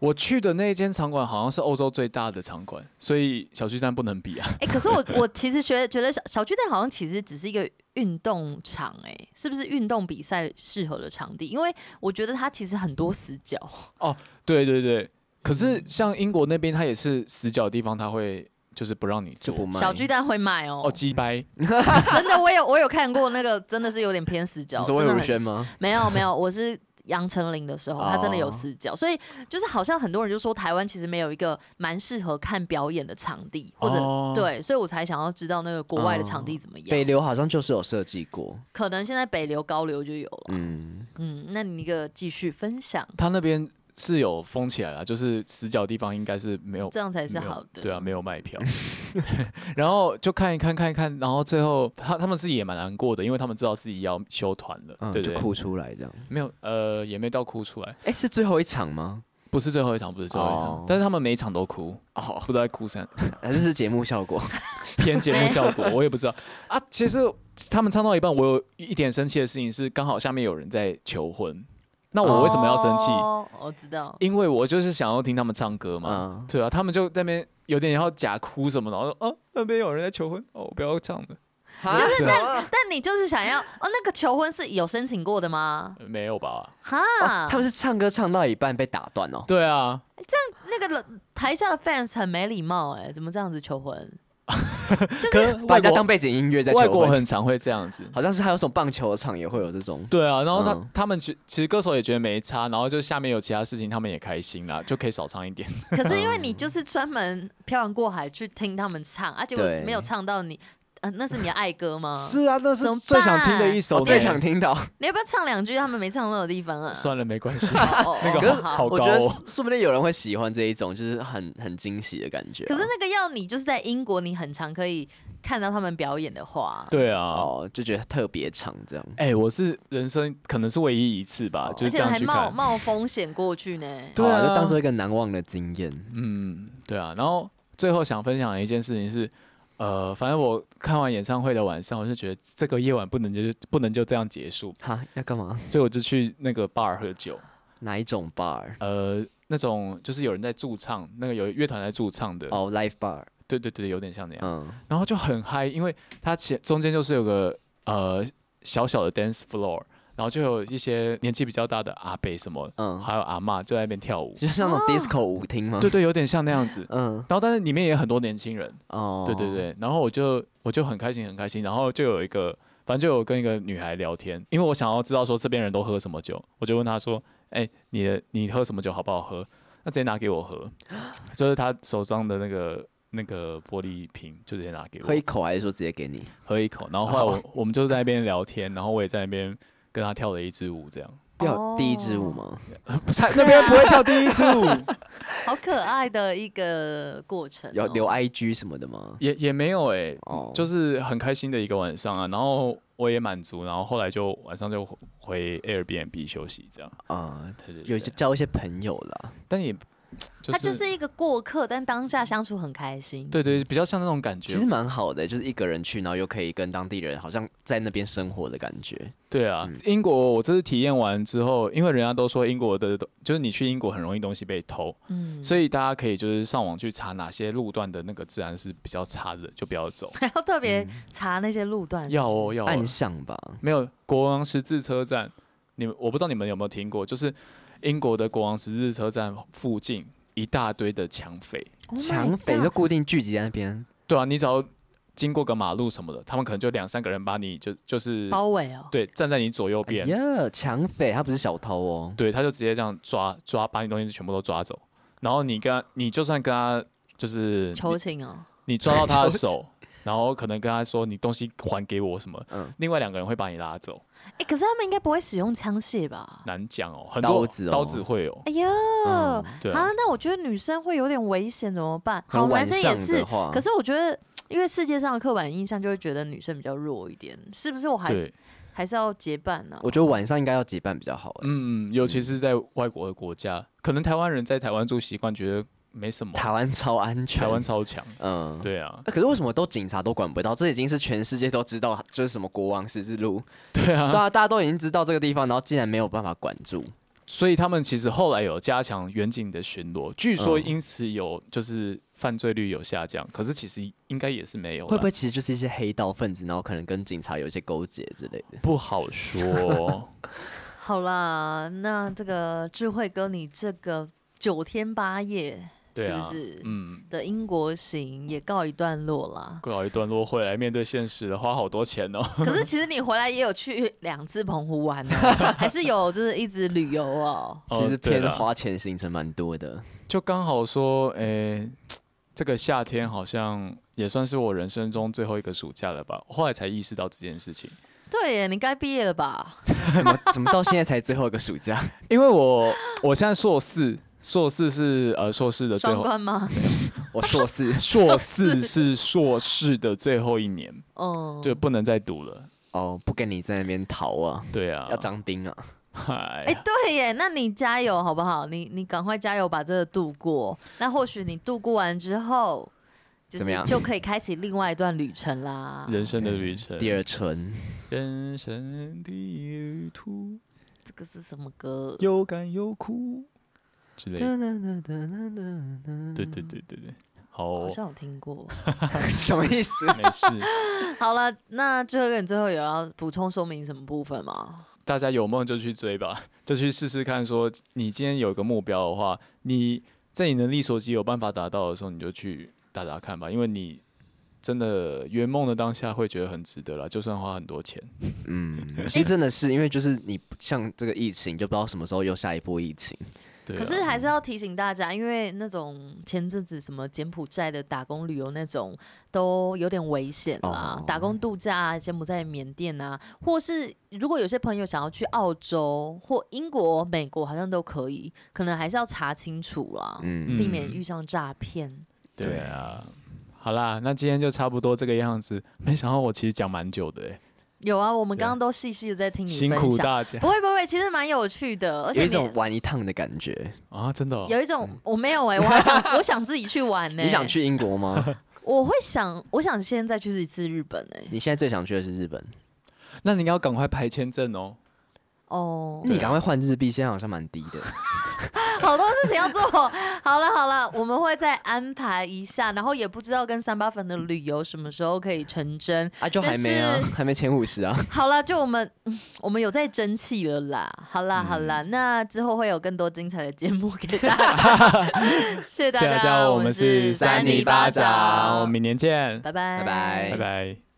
[SPEAKER 2] 我去的那一间场馆好像是欧洲最大的场馆，所以小巨蛋不能比啊。
[SPEAKER 5] 哎、可是我 <laughs> 我其实觉得觉得小小巨蛋好像其实只是一个运动场、哎，是不是运动比赛适合的场地？因为我觉得它其实很多死角，
[SPEAKER 2] <laughs> 对对对，可是像英国那边，它也是死角的地方，它会就是不让你
[SPEAKER 4] 就
[SPEAKER 2] 坐。
[SPEAKER 4] 不卖
[SPEAKER 5] 小巨蛋会卖哦、
[SPEAKER 2] 哦，鸡掰，
[SPEAKER 5] 真的，我有我有看过那个，真的是有点偏死角。
[SPEAKER 4] 你说魏
[SPEAKER 5] 真的
[SPEAKER 4] 如
[SPEAKER 5] 很
[SPEAKER 4] 萱吗？
[SPEAKER 5] 没有没有，我是杨丞琳的时
[SPEAKER 2] 哦
[SPEAKER 5] 候，他真的有死角，所以就是好像很多人就说台湾其实没有一个蛮适合看表演的场地，或者、
[SPEAKER 2] 哦嗯
[SPEAKER 5] 对，所以我才想要知道那个国外的场地怎么样。
[SPEAKER 4] 北流好像就是有设计过，
[SPEAKER 5] 可能现在北流、高流就有了。
[SPEAKER 4] 嗯，
[SPEAKER 5] 嗯，那你一个继续分享，
[SPEAKER 2] 它那边是有封起来了，就是死角地方应该是没有
[SPEAKER 5] 这样才是
[SPEAKER 2] 没有
[SPEAKER 5] 好的。
[SPEAKER 2] 对啊，没有卖 <laughs> 票。然后就看一看，看一看，然后最后他他们自己也蛮难过的，因为他们知道自己要休团了，
[SPEAKER 4] 嗯
[SPEAKER 2] 对
[SPEAKER 4] 就
[SPEAKER 2] 对，
[SPEAKER 4] 哭出来这样。
[SPEAKER 2] 没有呃也没到哭出来，
[SPEAKER 4] 哎，是最后一
[SPEAKER 2] <laughs>
[SPEAKER 4] 场吗？
[SPEAKER 2] 不是最后一场，不是最后一场，
[SPEAKER 4] 哦
[SPEAKER 2] 但是他们每一场都哭，<laughs>
[SPEAKER 4] 哦，
[SPEAKER 2] 不知道在哭啥，
[SPEAKER 4] 还是是节目
[SPEAKER 2] <laughs>
[SPEAKER 4] 效果？
[SPEAKER 2] 偏节目效
[SPEAKER 4] <laughs>
[SPEAKER 2] 果，我也不知道啊。其实他们唱到一半，我有一点生气的事情是，刚好下面有人在求婚，那我为什么要生气？
[SPEAKER 5] 哦我知道。
[SPEAKER 2] 因为我就是想要听他们唱歌嘛。 <laughs>
[SPEAKER 4] 嗯，
[SPEAKER 2] 对啊，他们就在那边有点要假哭什么，然后说哦、那边有人在求婚，哦我不要唱了，
[SPEAKER 4] 就是那
[SPEAKER 5] 但你就是想要哦，那个求婚是有申请过的吗？
[SPEAKER 2] 呃没有吧？
[SPEAKER 5] 哈，
[SPEAKER 4] 哦
[SPEAKER 2] 哦
[SPEAKER 4] 他们是唱歌唱到一半被打断哦。
[SPEAKER 2] 对啊，
[SPEAKER 5] 那个人台下的 fans 很没礼貌哎、怎么这样子求
[SPEAKER 2] <laughs>
[SPEAKER 5] 婚？
[SPEAKER 2] 可
[SPEAKER 5] 就是
[SPEAKER 2] 能
[SPEAKER 4] 把
[SPEAKER 2] 外
[SPEAKER 4] 人家
[SPEAKER 2] 国
[SPEAKER 4] 当背景音乐在求
[SPEAKER 2] 外
[SPEAKER 4] 婚
[SPEAKER 2] 国很常会这样子。
[SPEAKER 4] 好像是还有什么棒球场也会有这种，
[SPEAKER 2] 对啊，然后他、
[SPEAKER 4] 嗯
[SPEAKER 2] 他们其其实歌手也觉得没差，然后就下面有其他事情，他们也开心啦，就可以少唱一点。
[SPEAKER 5] 可是因为你就是专门漂洋过海去听他们唱，啊，结果
[SPEAKER 4] 对
[SPEAKER 5] 没有唱到你，呃，那是你的爱歌吗？
[SPEAKER 2] <laughs> 是啊，那是
[SPEAKER 5] 怎么
[SPEAKER 2] 最想听的一
[SPEAKER 5] 办
[SPEAKER 2] 首
[SPEAKER 4] 我
[SPEAKER 2] 呢，
[SPEAKER 4] 哦最想听到。
[SPEAKER 5] 你要不要唱两句他们没唱到的地方啊？
[SPEAKER 2] 算了，没关系。
[SPEAKER 5] 哦，
[SPEAKER 2] 那
[SPEAKER 5] 那
[SPEAKER 2] 个
[SPEAKER 5] 好。
[SPEAKER 2] 好
[SPEAKER 5] 好
[SPEAKER 4] 我觉
[SPEAKER 2] 高
[SPEAKER 4] 得
[SPEAKER 2] 哦
[SPEAKER 4] 说说不定有人会喜欢这一种，就是很很惊喜的感觉啊。
[SPEAKER 5] 可是那个要你就是在英国，你很常可以看到他们表演的话，
[SPEAKER 2] 对啊，
[SPEAKER 4] 哦，就觉得特别长这样。
[SPEAKER 2] 哎、我是人生可能是唯一一次吧，
[SPEAKER 4] 哦
[SPEAKER 2] 就
[SPEAKER 5] 而
[SPEAKER 2] 是这
[SPEAKER 5] 且
[SPEAKER 2] 样
[SPEAKER 5] 还
[SPEAKER 2] 去
[SPEAKER 5] 冒
[SPEAKER 2] 看。
[SPEAKER 5] 冒风险过去呢。
[SPEAKER 2] 对啊
[SPEAKER 4] 好就当做一个难忘的经验。
[SPEAKER 2] 嗯，对啊。然后最后想分享的一件事情是，呃，反正我看完演唱会的晚上，我就觉得这个夜晚不能就不能就这样结束，
[SPEAKER 4] 哈，要干嘛？
[SPEAKER 2] 所以我就去那个 bar 喝酒。
[SPEAKER 4] 哪一种 bar？
[SPEAKER 2] 呃，那种就是有人在驻唱，那个有乐团在驻唱的，
[SPEAKER 4] 哦，live bar。
[SPEAKER 2] 对对对，有点像那样。
[SPEAKER 4] 嗯，
[SPEAKER 2] 然后就很嗨，因为它前中间就是有个呃小小的 dance floor，然后就有一些年纪比较大的阿伯什么，
[SPEAKER 4] 嗯
[SPEAKER 2] 还有阿嬷就在那边跳舞，
[SPEAKER 4] 就像那种 disco 舞厅吗？
[SPEAKER 2] 对对，有点像那样子。
[SPEAKER 4] 嗯，
[SPEAKER 2] 然后但是里面也很多年轻人，
[SPEAKER 4] 哦，
[SPEAKER 2] 对对，对。然后我就我就很开心很开心，然后就有一个反正就有跟一个女孩聊天，因为我想要知道说这边人都喝什么酒，我就问她说：“哎、你的你喝什么酒好不好喝？”那直接拿给我喝，就是她手上的那个那个玻璃瓶就直接拿给我
[SPEAKER 4] 喝一口还是说直接给你？
[SPEAKER 2] 喝一口，然后后来我、我们就在那边聊天，然后我也在那边跟她跳了一支舞，这样
[SPEAKER 5] 哦
[SPEAKER 4] 跳第一支舞吗？
[SPEAKER 2] <laughs> 不是啊那边不会跳第一支舞，
[SPEAKER 5] 好可爱的一个过程哦。
[SPEAKER 4] 有留 IG 什么的吗？
[SPEAKER 2] <laughs> 也也没有哎、
[SPEAKER 4] 哦，
[SPEAKER 2] 就是很开心的一个晚上啊，然后我也满足，然后后来就晚上就回回 Airbnb 休息这样。
[SPEAKER 4] 啊，
[SPEAKER 2] 对对
[SPEAKER 4] 有
[SPEAKER 2] 对，
[SPEAKER 4] 就交一些朋友啦。
[SPEAKER 2] 但也就
[SPEAKER 5] 他
[SPEAKER 2] 是
[SPEAKER 5] 就是一个过客，但当下相处很开心。
[SPEAKER 2] 对对，比较像那种感觉
[SPEAKER 4] 其实。蛮好的，就是一个人去，然后又可以跟当地人好像在那边生活的感觉。
[SPEAKER 2] 对啊，英国我这次体验完之后，因为人家都说英国的东就是你去英国很容易东西被偷，
[SPEAKER 5] 嗯，。
[SPEAKER 2] 所以大家可以就是上网去查哪些路段的那个治安是比较差的，就不要走
[SPEAKER 5] 还要特别查那些路段。
[SPEAKER 2] 要哦要哦
[SPEAKER 4] 暗巷吧，
[SPEAKER 5] Oh
[SPEAKER 2] 没有国王十字车站，你们我不知道你们有没有听过，就是英国的国王十字车站附近一大堆的抢匪。
[SPEAKER 5] ？Oh
[SPEAKER 4] 抢匪就固定聚集在那边。
[SPEAKER 2] 对啊，你只要经过个马路什么的，他们可能就两三个人把你就就是
[SPEAKER 5] 包围哦。
[SPEAKER 2] 对站在你左右
[SPEAKER 4] 哎
[SPEAKER 2] 边，
[SPEAKER 4] 呀，抢匪他不是小偷哦。
[SPEAKER 2] 对，他就直接这样抓抓，把你东西全部都抓走。然后你跟他，你就算跟他就是
[SPEAKER 5] 求
[SPEAKER 2] 你
[SPEAKER 5] 情哦，
[SPEAKER 2] 你抓到他的
[SPEAKER 4] 求情
[SPEAKER 2] 手，然后可能跟他说你东西还给我什么，
[SPEAKER 4] 嗯
[SPEAKER 2] 另外两个人会把你拉走，
[SPEAKER 5] 哎、可是他们应该不会使用枪械吧？
[SPEAKER 2] 难讲哦，很多
[SPEAKER 4] 刀子哦
[SPEAKER 2] 刀子会有，
[SPEAKER 5] 哎呦，
[SPEAKER 4] 嗯
[SPEAKER 2] 对
[SPEAKER 5] 啊
[SPEAKER 2] 啊，，
[SPEAKER 5] 那我觉得女生会有点危险，怎么办？
[SPEAKER 4] 可
[SPEAKER 5] 好，
[SPEAKER 4] 能
[SPEAKER 5] 男
[SPEAKER 4] 晚
[SPEAKER 5] 生也
[SPEAKER 4] 上
[SPEAKER 5] 是
[SPEAKER 4] 的，话，
[SPEAKER 5] 可是我觉得，因为世界上的刻板印象就会觉得女生比较弱一点，是不是？
[SPEAKER 4] 啊
[SPEAKER 5] 我还
[SPEAKER 2] 对
[SPEAKER 5] 是，还是要结伴呢、
[SPEAKER 4] 我觉得晚上应该要结伴比较好。
[SPEAKER 2] 嗯
[SPEAKER 4] 嗯
[SPEAKER 2] 嗯，尤其是在外国的国家，可能台湾人在台湾住习惯，觉得没什么，
[SPEAKER 4] 台湾超安全，
[SPEAKER 2] 台湾超强，
[SPEAKER 4] 嗯，
[SPEAKER 2] 对啊，
[SPEAKER 4] 啊。可是为什么都警察都管不到？这已经是全世界都知道，就是什么国王十字路，
[SPEAKER 2] 对啊
[SPEAKER 4] 对，啊，大家都已经知道这个地方，然后竟然没有办法管住，
[SPEAKER 2] 所以他们其实后来有加强远景的巡逻，据说
[SPEAKER 4] 嗯
[SPEAKER 2] 因此有就是犯罪率有下降，可是其实应该也是没有啦，
[SPEAKER 4] 会不会其实就是一些黑道分子，然后可能跟警察有一些勾结之类的？
[SPEAKER 2] 不好说？
[SPEAKER 5] 好啦，那这个智慧哥，你这个九天八夜
[SPEAKER 2] <laughs> 对
[SPEAKER 5] 是
[SPEAKER 2] 啊，
[SPEAKER 5] 不是
[SPEAKER 2] 嗯，。
[SPEAKER 5] 的英国行也告一段落啦
[SPEAKER 2] 搞一段落会来面对现实的，花好多钱哦。
[SPEAKER 5] 可是其实你回来也有去两次澎湖玩哦，还是有就是一直旅游哦。
[SPEAKER 4] <laughs> 其实
[SPEAKER 2] 哦对
[SPEAKER 4] 偏
[SPEAKER 2] 啦
[SPEAKER 4] 花钱行程蛮多的，
[SPEAKER 2] 就刚好说，诶、这个夏天好像也算是我人生中最后一个暑假了吧。我后来才意识到这件事情，
[SPEAKER 5] 对耶，你该毕业了吧？
[SPEAKER 4] 怎么怎么到现在才最后一个暑假？
[SPEAKER 2] 因为我我现在硕士，硕士是呃硕士的最
[SPEAKER 5] 双
[SPEAKER 2] 后，
[SPEAKER 5] 关吗？
[SPEAKER 4] 我硕士
[SPEAKER 2] 硕士是硕士的最后一年，
[SPEAKER 5] 嗯，
[SPEAKER 2] 就不能再读了。
[SPEAKER 4] 哦，不跟你在那边逃啊，
[SPEAKER 2] 对啊，
[SPEAKER 4] 要当兵啊！
[SPEAKER 2] 嗨
[SPEAKER 5] 哎、对耶，那你加油好不好？你你赶快加油，把这个度过。那或许你度过完之后，就
[SPEAKER 4] 怎么
[SPEAKER 5] 是
[SPEAKER 4] 样
[SPEAKER 5] 就可以开启另外一段旅程
[SPEAKER 2] <laughs>
[SPEAKER 5] 啦。
[SPEAKER 2] 人生的旅程，
[SPEAKER 4] 第二春， <laughs>
[SPEAKER 2] 人生的旅途，
[SPEAKER 5] 这个是什么歌？
[SPEAKER 2] 有甘有苦之类的。对
[SPEAKER 4] 对
[SPEAKER 2] 对对对对，好
[SPEAKER 5] 好，像有听过。
[SPEAKER 4] 什么
[SPEAKER 2] <laughs>
[SPEAKER 4] 意思？
[SPEAKER 2] 没事。
[SPEAKER 5] 好了，那最后一个你最后有要补充说明什么部分吗？
[SPEAKER 2] 大家有梦就去追吧， <laughs> 就去试试看。说你今天有一个目标的话，你在你能力所及有办法达到的时候，你就去打打看吧，因为你真的圆梦的当下会觉得很值得了，就算花很多钱。
[SPEAKER 4] 嗯，其实真的是因为就是你像这个疫情，就不知道什么时候又下一波疫情。
[SPEAKER 2] 对、啊，
[SPEAKER 5] 可是还是要提醒大家，因为那种前阵子什么柬埔寨的打工旅游那种都有点危险啦，
[SPEAKER 4] 哦
[SPEAKER 5] 打工度假啊，柬埔寨、缅甸啊，或是如果有些朋友想要去澳洲或英国、美国，好像都可以，可能还是要查清楚啦，
[SPEAKER 4] 嗯，
[SPEAKER 5] 避免遇上诈骗。
[SPEAKER 2] 对啊。好啦，那今天就差不多这个样子。没想到我其实讲蛮久的、欸，
[SPEAKER 5] 有啊，我们
[SPEAKER 2] 对
[SPEAKER 5] 刚刚都细细的在听你
[SPEAKER 2] 辛
[SPEAKER 5] 分
[SPEAKER 2] 苦
[SPEAKER 5] 享。
[SPEAKER 2] 大家
[SPEAKER 5] 不会不会，其实蛮有趣的，而且
[SPEAKER 4] 有一
[SPEAKER 5] 你
[SPEAKER 4] 种玩一趟的感觉。
[SPEAKER 2] 啊，真的、哦。
[SPEAKER 5] 有一种我没有哎、我还想我想自己去玩呢、
[SPEAKER 4] 你想？去英国吗？ <laughs>
[SPEAKER 5] 我会想，我想现在去一次日本哎、
[SPEAKER 4] 你现在最想去的是日本，
[SPEAKER 2] 那你要赶快排签证哦。
[SPEAKER 5] 哦，
[SPEAKER 4] 你赶快换日币，现在好像蛮低的。
[SPEAKER 5] 好多事情要做。好了好了，我们会再安排一下，然后也不知道跟三八粉的旅游什么时候可以成真。
[SPEAKER 4] 啊，就还没啊
[SPEAKER 5] 但，
[SPEAKER 4] 还没前五十啊。
[SPEAKER 5] 好了，就我们嗯我们有在争气了啦。好啦好啦，那之后会有更多精彩的节目给大家。谢谢大
[SPEAKER 2] 谢谢大
[SPEAKER 5] 家，
[SPEAKER 2] 家，我们是
[SPEAKER 4] 三
[SPEAKER 5] 三
[SPEAKER 4] 尼
[SPEAKER 5] 尼
[SPEAKER 4] 巴
[SPEAKER 5] 巴
[SPEAKER 4] 掌
[SPEAKER 5] 掌，
[SPEAKER 2] 我们明年见，
[SPEAKER 5] 拜拜
[SPEAKER 4] 拜拜
[SPEAKER 2] 拜拜